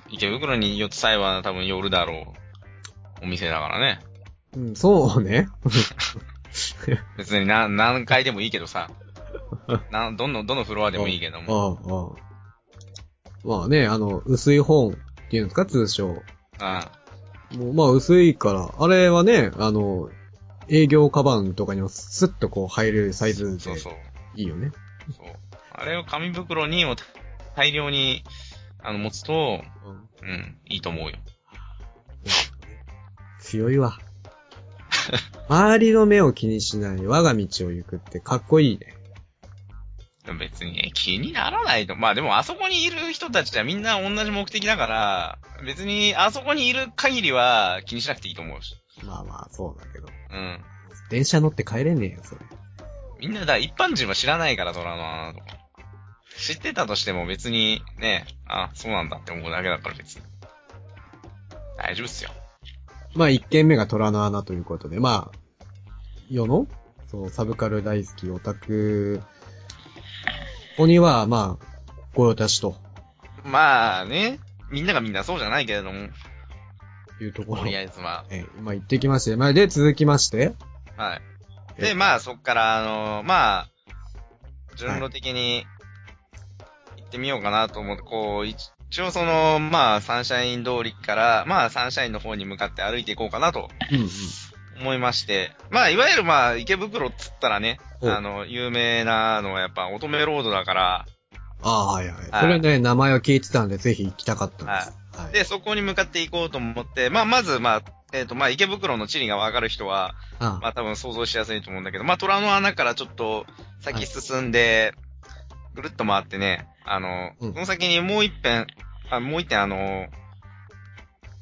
Speaker 2: 池袋に4つ裁判は多分寄るだろう。お店だからね。
Speaker 1: うん、そうね。
Speaker 2: 別に何、何回でもいいけどさ。なん、どの、どのフ ロアでもいいけども。
Speaker 1: ああ、ああ。まあね、あの、薄い本っていうんですか、通称。
Speaker 2: あ
Speaker 1: もうまあ薄いから、あれはね、あの、営業カバンとかにもスッとこう入るサイズで
Speaker 2: そうそう。
Speaker 1: いいよね。
Speaker 2: そう。あれを紙袋にもう大量に、あの、持つと、
Speaker 1: うん
Speaker 2: うん、いいと思うよ。
Speaker 1: 強いわ。 周りの目を気にしない我が道を行くってかっこいいね。
Speaker 2: でも別にね、気にならないと。まあでもあそこにいる人たちはみんな同じ目的だから、別にあそこにいる限りは気にしなくていいと思うし。
Speaker 1: まあまあ、そうだけど。
Speaker 2: うん。
Speaker 1: 電車乗って帰れねえよ、それ。
Speaker 2: みんなだ、一般人は知らないから、ドラマとか。知ってたとしても別にね、あ、そうなんだって思うだけだから別に。大丈夫っすよ。
Speaker 1: まあ、一件目が虎の穴ということで、まあ、世の、そう、サブカル大好きオタク、ここには、まあ、ご用達と
Speaker 2: まあね、みんながみんなそうじゃないけれども、
Speaker 1: いうところ
Speaker 2: と。りあえずま
Speaker 1: えー、まあ、行ってきまして、まあ、で、続きまして、
Speaker 2: あ、はい。
Speaker 1: え
Speaker 2: で、まあそっから、あの、まあ、順路的に行ってみようかなと思って、こう、一一応その、まあサンシャイン通りから、まあサンシャインの方に向かって歩いていこうかなと
Speaker 1: うんうん。
Speaker 2: 思いまして、まあ、いわゆるまあ、池袋っつったらね、
Speaker 1: お
Speaker 2: あの、有名なのはやっぱ乙女ロードだから、
Speaker 1: ああ、はいはい。
Speaker 2: はい
Speaker 1: それね、名前を聞いてたんで、ぜひ行きたかったんです。はい。
Speaker 2: で、そこに向かって行こうと思って、まあ、まずまあ、えっ、と、まあ、池袋の地理がわかる人は、
Speaker 1: あ
Speaker 2: まあ、多分想像しやすいと思うんだけど、まあ、虎の穴からちょっと先進んで、ぐるっと回ってね、あの、
Speaker 1: うん
Speaker 2: その先にもう一遍、あもう一点あの、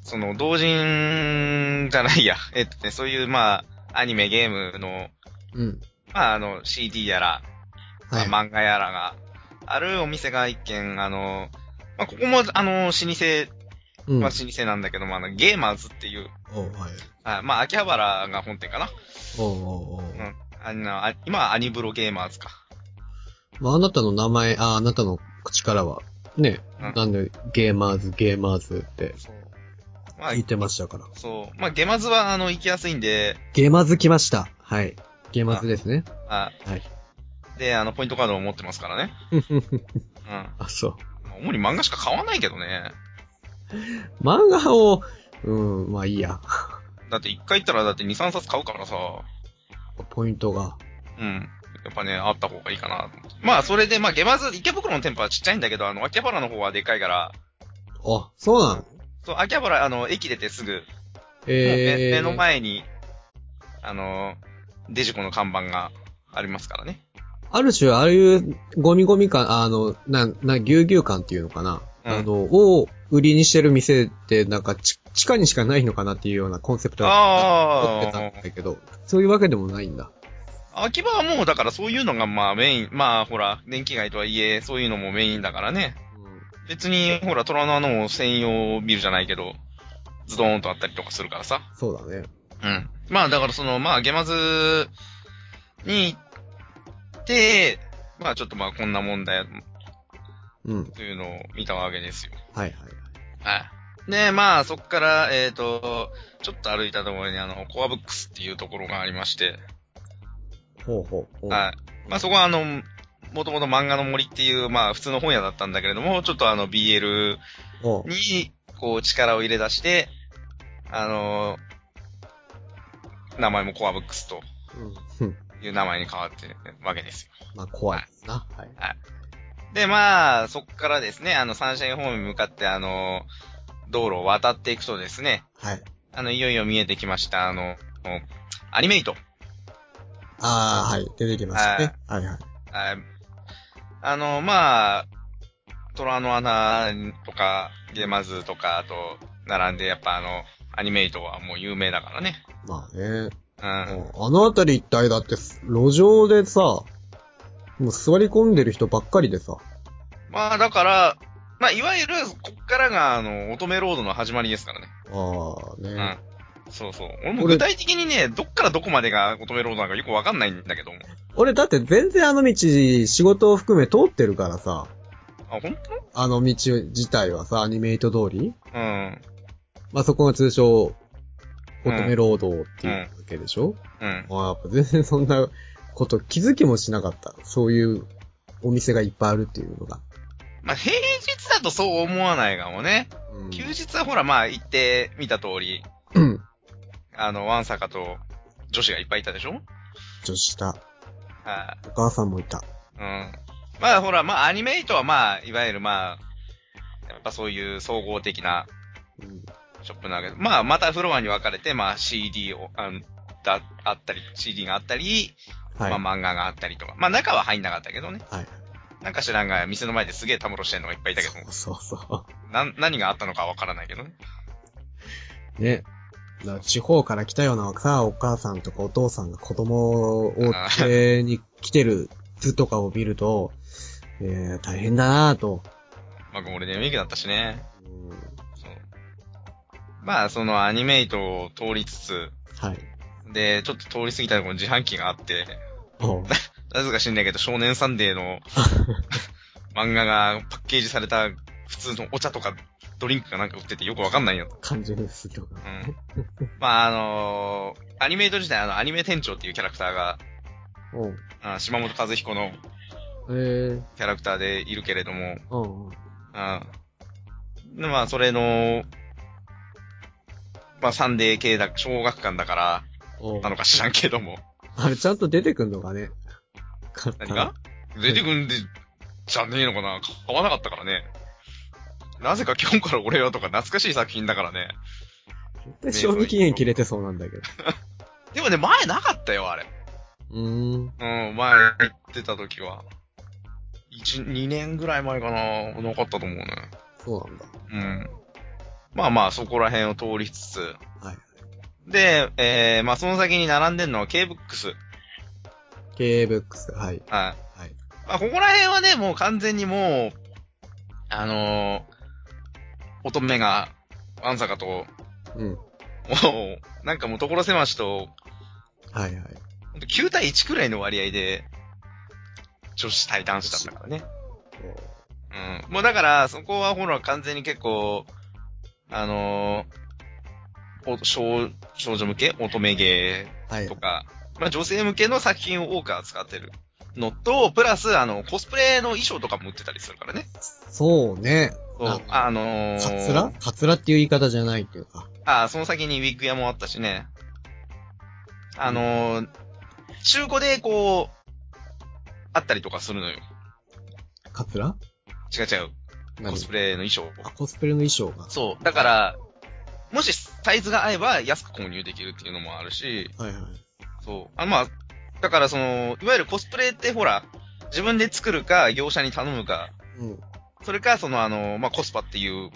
Speaker 2: その、同人じゃないや、 えっ、とね、そういうまあ、アニメ、ゲームの、
Speaker 1: うん。
Speaker 2: まあ、あの、CD やら、
Speaker 1: はい。
Speaker 2: 漫画やらがあるお店が一軒、あの、まあ、ここも、あの、老舗、
Speaker 1: うん。
Speaker 2: まあ、老舗なんだけども、あの、ゲーマーズっていう、
Speaker 1: おうはい。
Speaker 2: あまあ、秋葉原が本店かな。
Speaker 1: おうおうおう
Speaker 2: うん。あの、あ今はアニブロゲーマーズか。
Speaker 1: まあ、あなたの名前、ああなたの口からは、ね、
Speaker 2: うん
Speaker 1: なんで、ゲーマーズ、ゲーマーズって
Speaker 2: そう。まあ
Speaker 1: 言っ、てましたから。
Speaker 2: そう。まあ、ゲマズは、あの、行きやすいんで、
Speaker 1: ゲーマーズ来ました。はい。ゲーマーズですね。
Speaker 2: あ
Speaker 1: はい。
Speaker 2: で、あの、ポイントカードを持ってますからね。うん。
Speaker 1: あ、そう。
Speaker 2: 主に漫画しか買わないけどね。
Speaker 1: 漫画を、うん、まあいいや。
Speaker 2: だって一回行ったらだって2、3冊買うからさ。
Speaker 1: ポイントが。
Speaker 2: うん。やっぱね、あった方がいいかなと思って。まあ、それで、まあ、ゲマズ、池袋の店舗はちっちゃいんだけど、あの、秋葉原の方はでかいから、
Speaker 1: あ、そうなの
Speaker 2: そう、秋葉原、あの、駅出てすぐ、目
Speaker 1: え
Speaker 2: 目
Speaker 1: ー。
Speaker 2: の前に、あの、デジコの看板がありますからね。
Speaker 1: ある種、ああいうゴミゴミ感、あの、な、な、ぎゅうぎゅう感っていうのかな、
Speaker 2: うん
Speaker 1: あの、を売りにしてる店って、なんかち、地下にしかないのかなっていうようなコンセプト
Speaker 2: あ
Speaker 1: 持
Speaker 2: ー
Speaker 1: ってたんだけど、そういうわけでもないんだ。
Speaker 2: 秋葉はもう、だからそういうのがまあメイン、まあほら、電気街とはいえ、そういうのもメインだからね。別に、ほら、虎の穴も専用ビルじゃないけど、ズドーンとあったりとかするからさ。
Speaker 1: そうだね。
Speaker 2: うん。まあだからその、まあゲマズに行って、まあちょっとまあこんな問題
Speaker 1: うん。
Speaker 2: というのを見たわけですよ。
Speaker 1: はいはい。
Speaker 2: はい。で、まあそっから、えっ、と、ちょっと歩いたところにあの、コアブックスっていうところがありまして、
Speaker 1: ほうほうほう。
Speaker 2: はい。まあそこはあの、もともと漫画の森っていう、まあ普通の本屋だったんだけれども、ちょっとあの BL
Speaker 1: おう
Speaker 2: に、こう力を入れ出して、あの名前もコアブックスと
Speaker 1: うん。 うん
Speaker 2: いう名前に変わってるわけですよ。
Speaker 1: まあ、怖いですな。はい。
Speaker 2: で、まあ、そっからですね、あの、サンシャイン方面に向かって、あの道路を渡っていくとですね、
Speaker 1: はい。
Speaker 2: あの、いよいよ見えてきました、あの、アニメイト。
Speaker 1: ああ、はい。出てきましたね。はいはい。
Speaker 2: ああの、まあ、虎の穴とか、ゲマズとか、あと、並んで、やっぱあの、アニメイトはもう有名だからね。
Speaker 1: まあね。
Speaker 2: うん。
Speaker 1: あのあたり一体だって、路上でさ、もう座り込んでる人ばっかりでさ。
Speaker 2: まあ、だから、まあ、いわゆる、こっからが、あの、乙女ロードの始まりですからね。
Speaker 1: ああ、ね。
Speaker 2: うん。そうそう。俺も
Speaker 1: 俺
Speaker 2: 具体的にね、どっからどこまでが乙女ロードなのかよくわかんないんだけども。
Speaker 1: 俺だって全然あの道、仕事を含め通ってるからさ。
Speaker 2: あ、ほん
Speaker 1: あの道自体はさ、アニメイト通り
Speaker 2: うん。
Speaker 1: まあ、そこが通称、乙女労働っていうわけでしょ、
Speaker 2: うん。
Speaker 1: まあ、やっぱ全然そんなこと気づきもしなかった。そういうお店がいっぱいあるっていうのが。
Speaker 2: まあ、平日だとそう思わないかもね。
Speaker 1: うん
Speaker 2: 休日はほら、まあ、行ってみた通り、
Speaker 1: うん。
Speaker 2: あの、ワンサカと女子がいっぱいいたでしょ
Speaker 1: 女子だ。
Speaker 2: は
Speaker 1: お母さんもいた。
Speaker 2: い。うん。まあ、ほら、まあ、アニメイトはまあ、いわゆるまあ、やっぱそういう総合的な
Speaker 1: うん。
Speaker 2: ショップなわけで、まあ、またフロアに分かれて、まあ、CD を、あのだあったり、CD があったり、
Speaker 1: はい。
Speaker 2: まあ、漫画があったりとか。まあ、中は入んなかったけどね。
Speaker 1: はい。
Speaker 2: なんか知らんが、店の前ですげえたむろしてんのがいっぱいいたけど、
Speaker 1: そうそ
Speaker 2: なん、何があったのかわからないけどね。
Speaker 1: う。ね。だから地方から来たようなさ、お母さんとかお父さんが子供を連れに来てる図とかを見ると、えー、大変だなぁと。
Speaker 2: まあ、ゴールデンウィークだったしね。
Speaker 1: うん
Speaker 2: そう。まあ、そのアニメイトを通りつつ、
Speaker 1: はい。
Speaker 2: で、ちょっと通り過ぎたところに自販機があって、
Speaker 1: おう
Speaker 2: なぜか知んないけど、少年サンデーの漫画がパッケージされた普通のお茶とかドリンクかなんか売っててよくわかんないよ。
Speaker 1: 感じですけど。
Speaker 2: うん。まあ、あのーアニメイト自体、あの、アニメ店長っていうキャラクターが、
Speaker 1: おう
Speaker 2: あ島本和彦の
Speaker 1: えー、
Speaker 2: キャラクターでいるけれども、
Speaker 1: うんうん。
Speaker 2: うん。で、まあ、それの、まあ、サンデー系だ、小学館だから、
Speaker 1: おう
Speaker 2: なのか知らんけども。
Speaker 1: あれちゃんと出てくんのかね
Speaker 2: 何が出てくんで、じゃねえのかな買わなかったからね。なぜか今日から俺はとか懐かしい作品だからね。
Speaker 1: 絶対賞味期限切れてそうなんだけど。
Speaker 2: でもね、前なかったよ、あれ。
Speaker 1: うーん。
Speaker 2: うん、前行ってた時は。一、二年ぐらい前かな。なかったと思うね。
Speaker 1: そうなんだ。
Speaker 2: うん。まあまあ、そこら辺を通りつつ。
Speaker 1: はい。
Speaker 2: で、えー、まあその先に並んでるのは K-BOOKS。
Speaker 1: K-BOOKS、はい。
Speaker 2: はい。
Speaker 1: はい。
Speaker 2: まあ、ここら辺はね、もう完全にもう、あのー、乙女が、ワンサカと、も
Speaker 1: うん。
Speaker 2: う、なんかもう所狭しと、
Speaker 1: はいはい。
Speaker 2: ほんと9対1くらいの割合で、女子対男子だったからね。うん。もうだから、そこはほら、完全に結構、あのーお少、少女向け乙女芸
Speaker 1: はい
Speaker 2: と。か、まあ女性向けの作品を多く扱ってるのと、プラス、あの、コスプレの衣装とかも売ってたりするからね。
Speaker 1: そうね。
Speaker 2: そう。
Speaker 1: あ
Speaker 2: あのー、
Speaker 1: カツラカツラっていう言い方じゃないっていうか。
Speaker 2: あ、その先にウィッグ屋もあったしね。あのー、中古でこう、あったりとかするのよ。
Speaker 1: カツラ
Speaker 2: 違う違う。コスプレの衣装。
Speaker 1: あ、コスプレの衣装が。
Speaker 2: そう。だから、もしサイズが合えば安く購入できるっていうのもあるし、
Speaker 1: はいはい。
Speaker 2: そう。あまあ、だからその、いわゆるコスプレってほら、自分で作るか、業者に頼むか、
Speaker 1: うん。
Speaker 2: それか、そのあの、まあ、コスパっていう、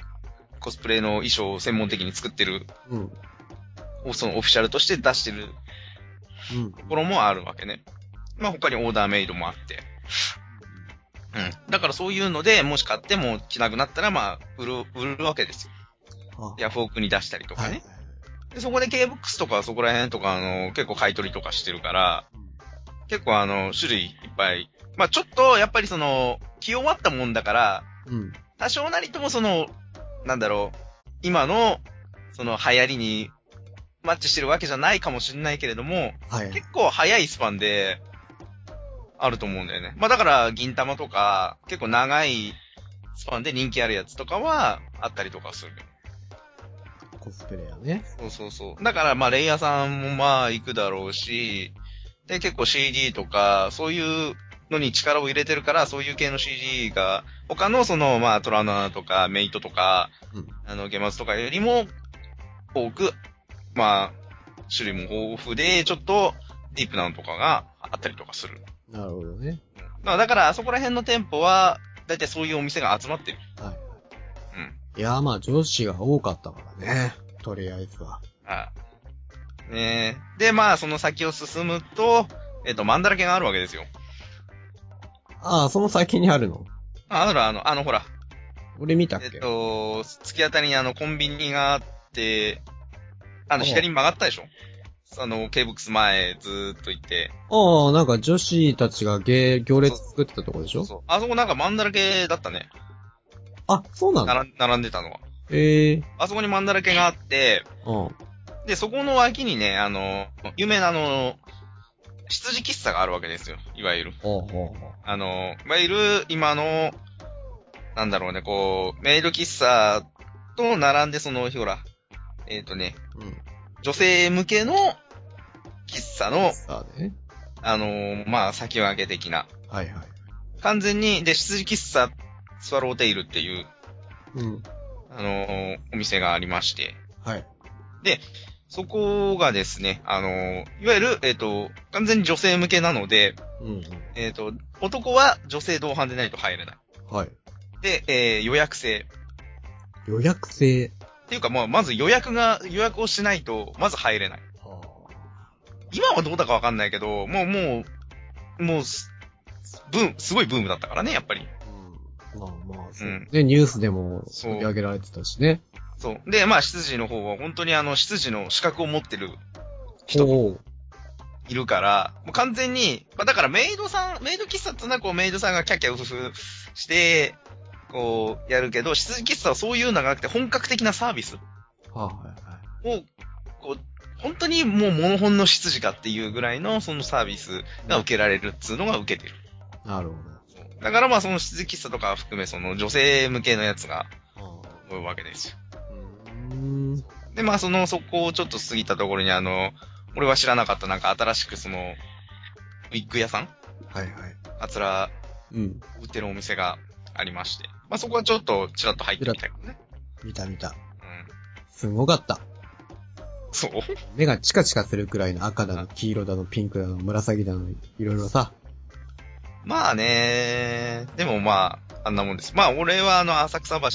Speaker 2: コスプレの衣装を専門的に作ってる、
Speaker 1: うん。
Speaker 2: そのオフィシャルとして出してる
Speaker 1: うん。
Speaker 2: ところもあるわけね。まあ、他にオーダーメイドもあって。うん。だからそういうので、もし買っても着なくなったら、まあ、売る、売るわけですよ。
Speaker 1: あ
Speaker 2: ヤフオクに出したりとか
Speaker 1: はい
Speaker 2: ね。
Speaker 1: はい。
Speaker 2: でそこで K-BOX とかそこら辺とか、あの、結構買い取りとかしてるから、結構あの、種類いっぱい。まあ、ちょっと、やっぱりその、着終わったもんだから、
Speaker 1: うん。
Speaker 2: 多少なりともその、なんだろう、今の、その流行りにマッチしてるわけじゃないかもしれないけれども、
Speaker 1: はい。
Speaker 2: 結構早いスパンで、あると思うんだよね。まあだから、銀玉とか、結構長いスパンで人気あるやつとかは、あったりとかする。
Speaker 1: コスプレやね。
Speaker 2: そうそうそう。だから、まあ、レイヤーさんもまあ、行くだろうし、で、結構 CD とか、そういうのに力を入れてるから、そういう系の CD が、他のその、まあ、トラナとか、メイトとか、
Speaker 1: うん。
Speaker 2: あの、ゲマツとかよりも、多く、まあ、種類も豊富で、ちょっと、ディープなのとかがあったりとかする。
Speaker 1: なるほどね。
Speaker 2: まあ、だから、あそこら辺の店舗は、だいたいそういうお店が集まってる。
Speaker 1: はいはい。
Speaker 2: うん。
Speaker 1: いや、まあ女子が多かったからね。とりあえずは。
Speaker 2: はい。ねえ。で、まあ、その先を進むと、えっと、マンダラケがあるわけですよ。
Speaker 1: ああ、その先にあるの
Speaker 2: あ、あるあの、あの、ほら、
Speaker 1: 俺見たっ
Speaker 2: えっ
Speaker 1: け
Speaker 2: と、突き当たりにあの、コンビニがあって、あの、
Speaker 1: おう
Speaker 2: 左に曲がったでしょあの、ケーブックス前、ずーっと行って。
Speaker 1: ああ、なんか女子たちがゲー行列作ってたとこでしょ
Speaker 2: そう。あそこなんかマンダラケだったね。
Speaker 1: あ、そうなん
Speaker 2: な
Speaker 1: だ。
Speaker 2: ら並んでたのは。
Speaker 1: ええ
Speaker 2: あそこにマンダラケがあって、
Speaker 1: うん。
Speaker 2: で、そこの脇にね、あの、有名なあの、羊喫茶があるわけですよ。いわゆる。
Speaker 1: ほうほうほ
Speaker 2: あの、いわゆる今の、なんだろうね、こう、メール喫茶と並んでその、ほら、えっ、とね、
Speaker 1: う。うん。
Speaker 2: 女性向けの喫茶の、
Speaker 1: さあね。
Speaker 2: あのーまあ、先分け的な。
Speaker 1: はいはい。
Speaker 2: 完全に、で、羊喫茶スワローテイルっていう、
Speaker 1: うん。
Speaker 2: あのーお店がありまして、
Speaker 1: はい。
Speaker 2: そこがですね、あのーいわゆる、えっ、と、完全に女性向けなので、
Speaker 1: うん、うん。
Speaker 2: えっ、と、男は女性同伴でないと入れない。
Speaker 1: はい。
Speaker 2: で、えー予約制。
Speaker 1: 予約制。
Speaker 2: っていうか、まあ、まず予約が、予約をしないと、まず入れない。
Speaker 1: は
Speaker 2: 今はどうだかわかんないけど、もう、もう、もうす、ブーム、すごいブームだったからね、やっぱり。
Speaker 1: あ。うん。まあまあ、そう。
Speaker 2: うん
Speaker 1: で、ニュースでも
Speaker 2: そう
Speaker 1: 取り上げられてたしね。
Speaker 2: そう。で、まあ、執事の方は、本当にあの、執事の資格を持ってる人も
Speaker 1: ほう。
Speaker 2: いるから、もう完全に、まあ、だからメイドさん、メイド喫茶ってのはこう、メイドさんがキャッキャウフフして、こう、やるけど、執事喫茶はそういうのがなくて、本格的なサービス
Speaker 1: はいはいはい。
Speaker 2: を、こう、本当にもうモノホンの執事かっていうぐらいの、そのサービスが受けられるっつうのが受けてる。
Speaker 1: なるほ
Speaker 2: だからまあその質喫茶とか含めその女性向けのやつが
Speaker 1: ど。
Speaker 2: 多いわけですよ。
Speaker 1: うーん。
Speaker 2: でまあそのそこをちょっと過ぎたところにあの、俺は知らなかったなんか新しくその、ウィッグ屋さん
Speaker 1: はいはい。
Speaker 2: あつら
Speaker 1: うん。
Speaker 2: 売ってるお店がありまして。まあそこはちょっとちらっと入ってみたけどね。
Speaker 1: 見た見た。
Speaker 2: うん。
Speaker 1: すごかった。
Speaker 2: そう
Speaker 1: 目がチカチカするくらいの赤だの、黄色だの、ピンクだの、紫だの、いろいろさ。
Speaker 2: まあねでもまあ、あんなもんです。まあ俺はあの浅草橋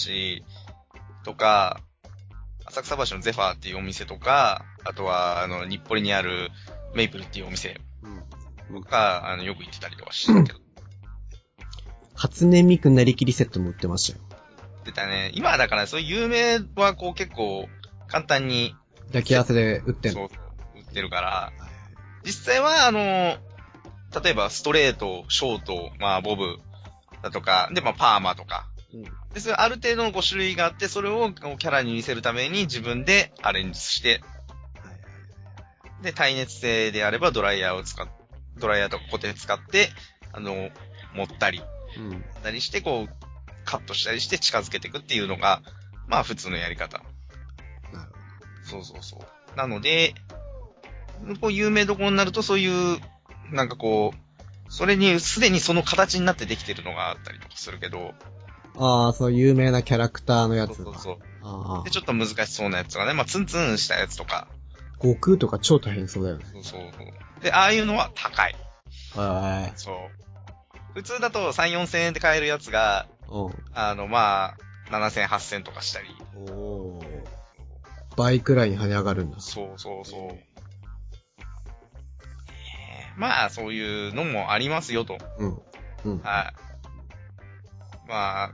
Speaker 2: とか、浅草橋のゼファーっていうお店とか、あとはあの日暮里にあるメイプルっていうお店
Speaker 1: うん。
Speaker 2: が、あの、よく行ってたりとかしてたけど。
Speaker 1: 初音ミクなりきりセットも売ってましたよ。
Speaker 2: でたね。今はだから、そういう有名はこう結構簡単に、
Speaker 1: 抱き合わせで売ってん
Speaker 2: そ
Speaker 1: の。
Speaker 2: うそう、売ってるから、
Speaker 1: はい
Speaker 2: 実際はあの、例えばストレート、ショート、まあボブだとか、でまあパーマとか。
Speaker 1: うん
Speaker 2: で、それある程度の5種類があって、それをこうキャラに見せるために自分でアレンジし
Speaker 1: はい
Speaker 2: て、
Speaker 1: はい
Speaker 2: で、耐熱性であればドライヤーを使っ、ドライヤーとか固定使って、あの、持ったり、
Speaker 1: うん。
Speaker 2: ったりして、こう、カットしたりして近づけていくっていうのが、まあ普通のやり方。
Speaker 1: なる
Speaker 2: そうそうそう。なので、こう有名どころになるとそういう、なんかこう、それに、すでにその形になってできてるのがあったりとかするけど、
Speaker 1: ほど。ああ、そう、有名なキャラクターのや
Speaker 2: そう
Speaker 1: つ
Speaker 2: そう
Speaker 1: が。
Speaker 2: そう。
Speaker 1: ああ
Speaker 2: で、。ちょっと難しそうなやつがね、まあツンツンしたやつとか、
Speaker 1: 悟空とか超大変そうだよね。
Speaker 2: そうそうそう。で、ああいうのは高い。
Speaker 1: はい
Speaker 2: そう。普通だと3、4千円で買えるやつが、
Speaker 1: はい。
Speaker 2: あの、まあ、7千、8千とかしたり。
Speaker 1: うん。おー。倍くらいに跳ね上がるんだ。
Speaker 2: そうそうそう。まあ、そういうのもありますよと。
Speaker 1: うん。うん。
Speaker 2: はい。まあ、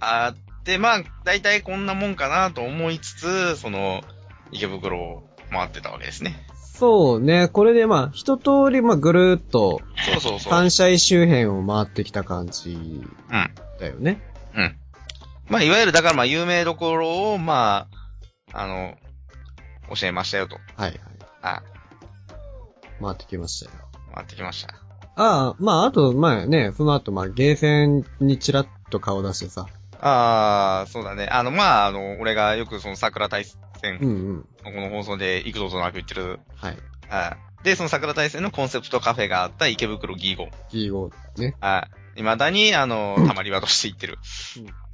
Speaker 2: あって、まあ、大体こんなもんかなと思いつつ、その、池袋を回ってたわけですね。
Speaker 1: そうね。これでまあ、一通りまあ、ぐるーっと、
Speaker 2: そうそうそう。
Speaker 1: 三社井周辺を回ってきた感じ
Speaker 2: うん。
Speaker 1: だよね。
Speaker 2: うん。まあ、いわゆる、だからまあ、有名どころを、まあ、あの、教えましたよと。
Speaker 1: はいはい。
Speaker 2: は
Speaker 1: 回ってきましたよ。
Speaker 2: い。回ってきました。
Speaker 1: ああ、まあ、あと、まあね、その後、まあ、ゲーセンにちらっと顔出してさ。
Speaker 2: ああ、そうだね。あの、まあ、あの、俺がよくその桜大戦
Speaker 1: うんうん。
Speaker 2: この放送で幾度となく言ってる。
Speaker 1: はい。
Speaker 2: はい。で、その桜大戦のコンセプトカフェがあった池袋ギーゴ。
Speaker 1: ギーゴーね。
Speaker 2: はい。未だに、あの、たまり場として行ってる。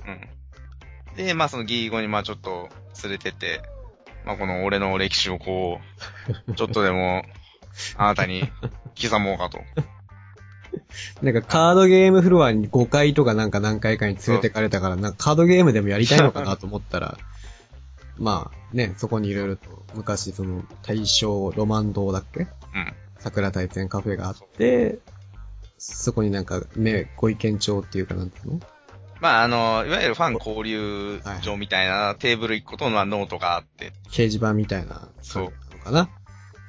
Speaker 2: うん。で、まあそのギーゴに、まあちょっと連れてって、まあこの俺の歴史をこう、ちょっとでも、あなたに刻もうかと。
Speaker 1: なんか、カードゲームフロアに5回とかなんか何回かに連れてかれたから、なんかカードゲームでもやりたいのかなと思ったら、 まあ、ね、そこにいろいろと、昔、その、大正ロマン堂だっけ
Speaker 2: うん。
Speaker 1: 桜大戦カフェがあって、そこになんか、ね、ご意見帳っていうかなんていうの
Speaker 2: まああの、いわゆるファン交流場みたいなテーブル一個と、まあノートがあって、
Speaker 1: 掲示板みたいな、
Speaker 2: そう
Speaker 1: なのかな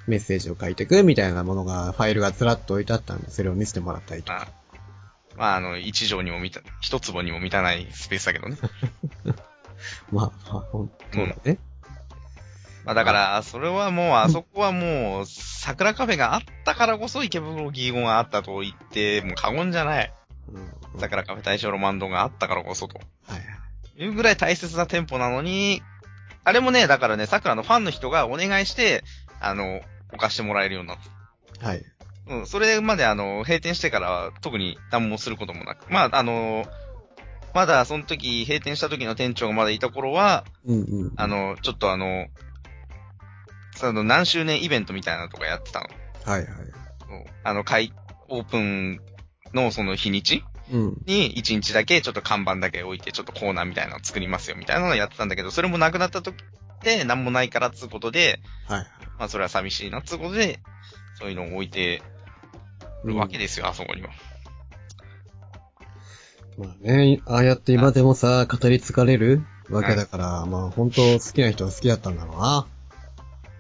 Speaker 1: メッセージを書いてくみたいなものが、ファイルがずらっと置いてあったんで、それを見せてもらったりとか。
Speaker 2: まあ、まあ、あの、一畳にも満た、一坪にも満たないスペースだけどね。
Speaker 1: まあ、まあ、ほんそうだね。
Speaker 2: まあ、だから、それはもう、あそこはもう、桜カフェがあったからこそ池袋ギーゴがあったと言って、もう過言じゃない。
Speaker 1: うん
Speaker 2: 桜カフェ大正ロマンドがあったからこそと。
Speaker 1: はいはい。
Speaker 2: いうぐらい大切な店舗なのに、あれもね、だからね、桜のファンの人がお願いして、あの、置かしてもらえるようになった。
Speaker 1: はい。
Speaker 2: うん、それまであの、閉店してからは特に何もすることもなく。まあ、あの、まだその時、閉店した時の店長がまだいた頃は、
Speaker 1: うんうん。
Speaker 2: あの、ちょっとあの、その何周年イベントみたいなのとかやってたの。
Speaker 1: はいはい。
Speaker 2: うんあの、開、オープンのその日にち
Speaker 1: うん。
Speaker 2: に1日だけちょっと看板だけ置いて、ちょっとコーナーみたいなのを作りますよみたいなのをやってたんだけど、それもなくなった時で何もないからっつうことで、
Speaker 1: はいはい。
Speaker 2: まあそれは寂しいなっつうことで、そういうのを置いてるわけですよ、あそこには。
Speaker 1: まあね、ああやって今でもさ、語り継がれるわけだから、まあ本当好きな人は好きだったんだろうな。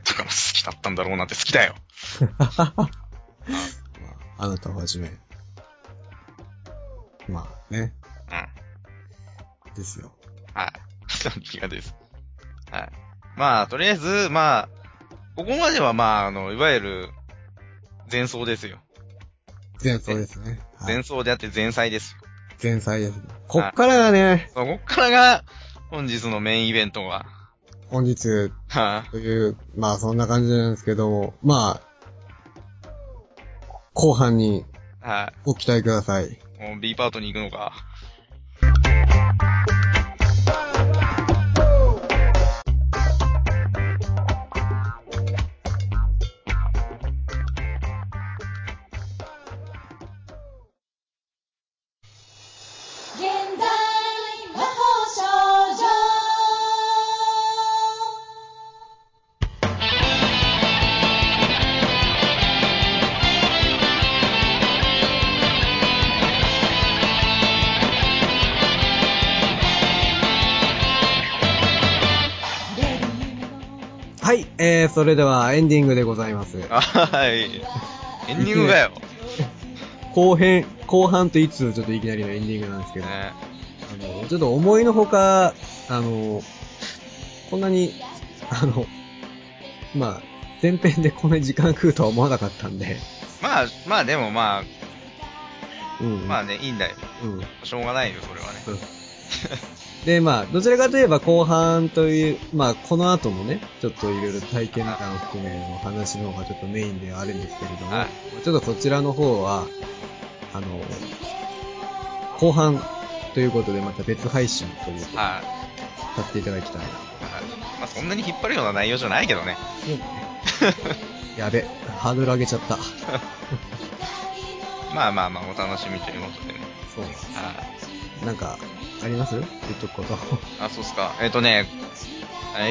Speaker 2: だから好きだったんだろうなって好きだよ。
Speaker 1: まあ、あなたをはじめ。まあね、
Speaker 2: うん。はい。
Speaker 1: ですよ。
Speaker 2: 何がです。はい。まあ、とりあえず、まあ、ここまではまあ、あの、いわゆる、前奏ですよ。
Speaker 1: 前奏ですね。はい
Speaker 2: 前奏であって前菜ですよ。
Speaker 1: 前菜です。こっからがね、
Speaker 2: そうこっからが、本日のメインイベントが。
Speaker 1: 本日
Speaker 2: は
Speaker 1: という、まあそんな感じなんですけども、まあ、後半に
Speaker 2: い。はい。
Speaker 1: ご期待ください。
Speaker 2: もう B パートに行くのか。
Speaker 3: 現代魔法少女
Speaker 1: はい、えー、それではエンディングでございます。
Speaker 2: はい。エンディング だよ。
Speaker 1: 後編、後半と言いつつちょっといきなりのエンディングなんですけど、
Speaker 2: ね。
Speaker 1: あの、ちょっと思いのほか、あの、こんなに、あの、まあ、前編でこんなに時間食うとは思わなかったんで、
Speaker 2: まあ、まあでもま
Speaker 1: うん。
Speaker 2: あ、まあね、いいんだよ。
Speaker 1: うん。
Speaker 2: しょうがないよ、それはね。
Speaker 1: うんで、まあ、どちらかといえば後半という、まあ、この後もね、ちょっといろいろ体験談を含めの話の方がちょっとメインではあるんですけれども、
Speaker 2: はい
Speaker 1: ちょっとこちらの方は、あの、後半ということでまた別配信ということで、さ
Speaker 2: はい。
Speaker 1: せていただきたいな。
Speaker 2: まあ、そんなに引っ張るような内容じゃないけどね。
Speaker 1: やべ、ハードル上げちゃった。
Speaker 2: まあまあまあ、お楽しみということでね。
Speaker 1: そう。
Speaker 2: はい
Speaker 1: なんか、あります言っとくこと。
Speaker 2: あ、そうっすか。えっ、とね、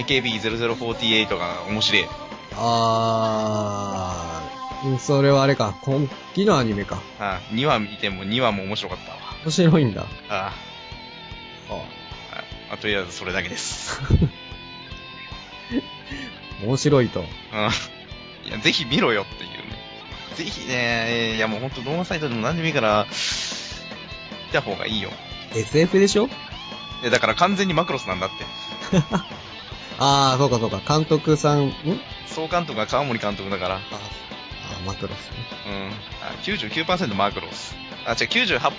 Speaker 2: AKB0048 が面白い。
Speaker 1: あー、それはあれか、今期のアニメか。
Speaker 2: はい。2話見ても2話も面白かったわ。
Speaker 1: 面白いんだ。
Speaker 2: あ
Speaker 1: あ
Speaker 2: あ、とりあえずそれだけです。
Speaker 1: 面白いと。
Speaker 2: うん。いや、ぜひ見ろよっていうね。ぜひね、いやもうほんと動画サイトでも何でもいいから、見た方がいいよ。
Speaker 1: SF でしょ
Speaker 2: いやだから完全にマクロスなんだって。
Speaker 1: あー、そうかそうか、監督さん、ん
Speaker 2: 総監督が川森監督だから。
Speaker 1: あ、あマクロスね。
Speaker 2: うん。あ99%マクロス。あ、違う、98、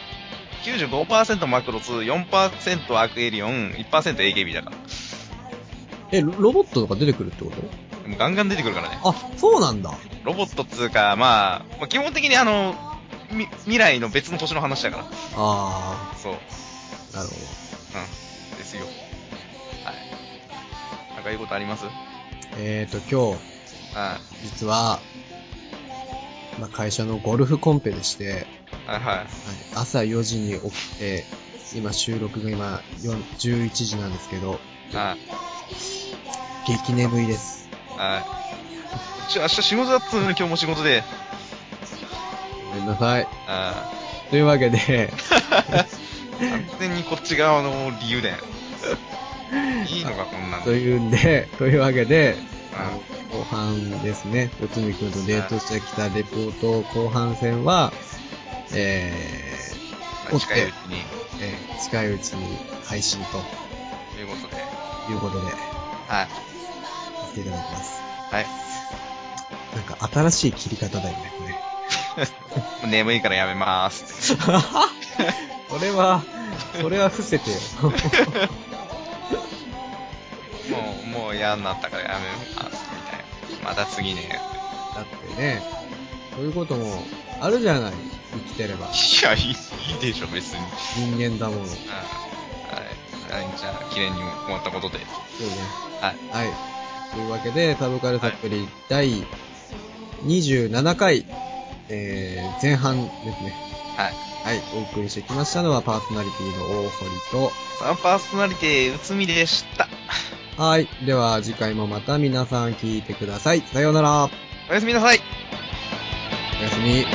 Speaker 2: 95%マクロス、4%アクエリオン、1%AKB だから。
Speaker 1: え、ロロボットとか出てくるってこと
Speaker 2: でもガンガン出てくるからね。
Speaker 1: あ、そうなんだ。
Speaker 2: ロボットっつうか、まあ、まあ、基本的にあの、み、未来の別の星の話だから。
Speaker 1: あ
Speaker 2: そう。
Speaker 1: ー、なるほ
Speaker 2: うん。ですよ。はい。なんか言うことありますはい。
Speaker 1: ど。えーと、今日、実は、まあ、会社のゴルフコンペでして、
Speaker 2: はいはい。
Speaker 1: はい、朝4時に起きて、今収録が今4 11時なんですけど、
Speaker 2: はい。
Speaker 1: 激眠いです。
Speaker 2: はい。ちょ、明日仕事だっつうのに今日も仕事で。
Speaker 1: ごめんなさい。
Speaker 2: あ
Speaker 1: というわけ で、
Speaker 2: ー完全にこっち側の 理由だよ。いいのか、こんなの。
Speaker 1: というんで、というわけで、あの後半ですね、おつみくんとデートしてきたレポート後半戦は、え
Speaker 2: まあ、近いうちに、
Speaker 1: えー近いうちに配信と
Speaker 2: ということで。
Speaker 1: いうことで、
Speaker 2: はい。
Speaker 1: させていただきます。
Speaker 2: はい。
Speaker 1: なんか新しい切り方だよね、これ。
Speaker 2: もう眠いからやめまーす。
Speaker 1: それは、それは伏せてよ。
Speaker 2: もう、もう嫌になったからやめます。みたいな。また次ね。
Speaker 1: だってね、そういうこともあるじゃない、生きてれば。
Speaker 2: いや、いい、いいでしょ、別に。うん。
Speaker 1: 人間だもの。そ
Speaker 2: はい。はい。じゃあ、綺麗に終わったことで。
Speaker 1: うね。
Speaker 2: はい。
Speaker 1: はい。というわけで、サブカルサプリ第27回、えー、前半ですね。
Speaker 2: はい。
Speaker 1: はい。お送りしてきましたのは、パーソナリティの大堀
Speaker 2: さあ、パーソナリティ、うつみでした。
Speaker 1: と。はい。では、次回もまた皆さん聞いてください。さようなら。
Speaker 2: おやすみなさい。
Speaker 1: おやすみ。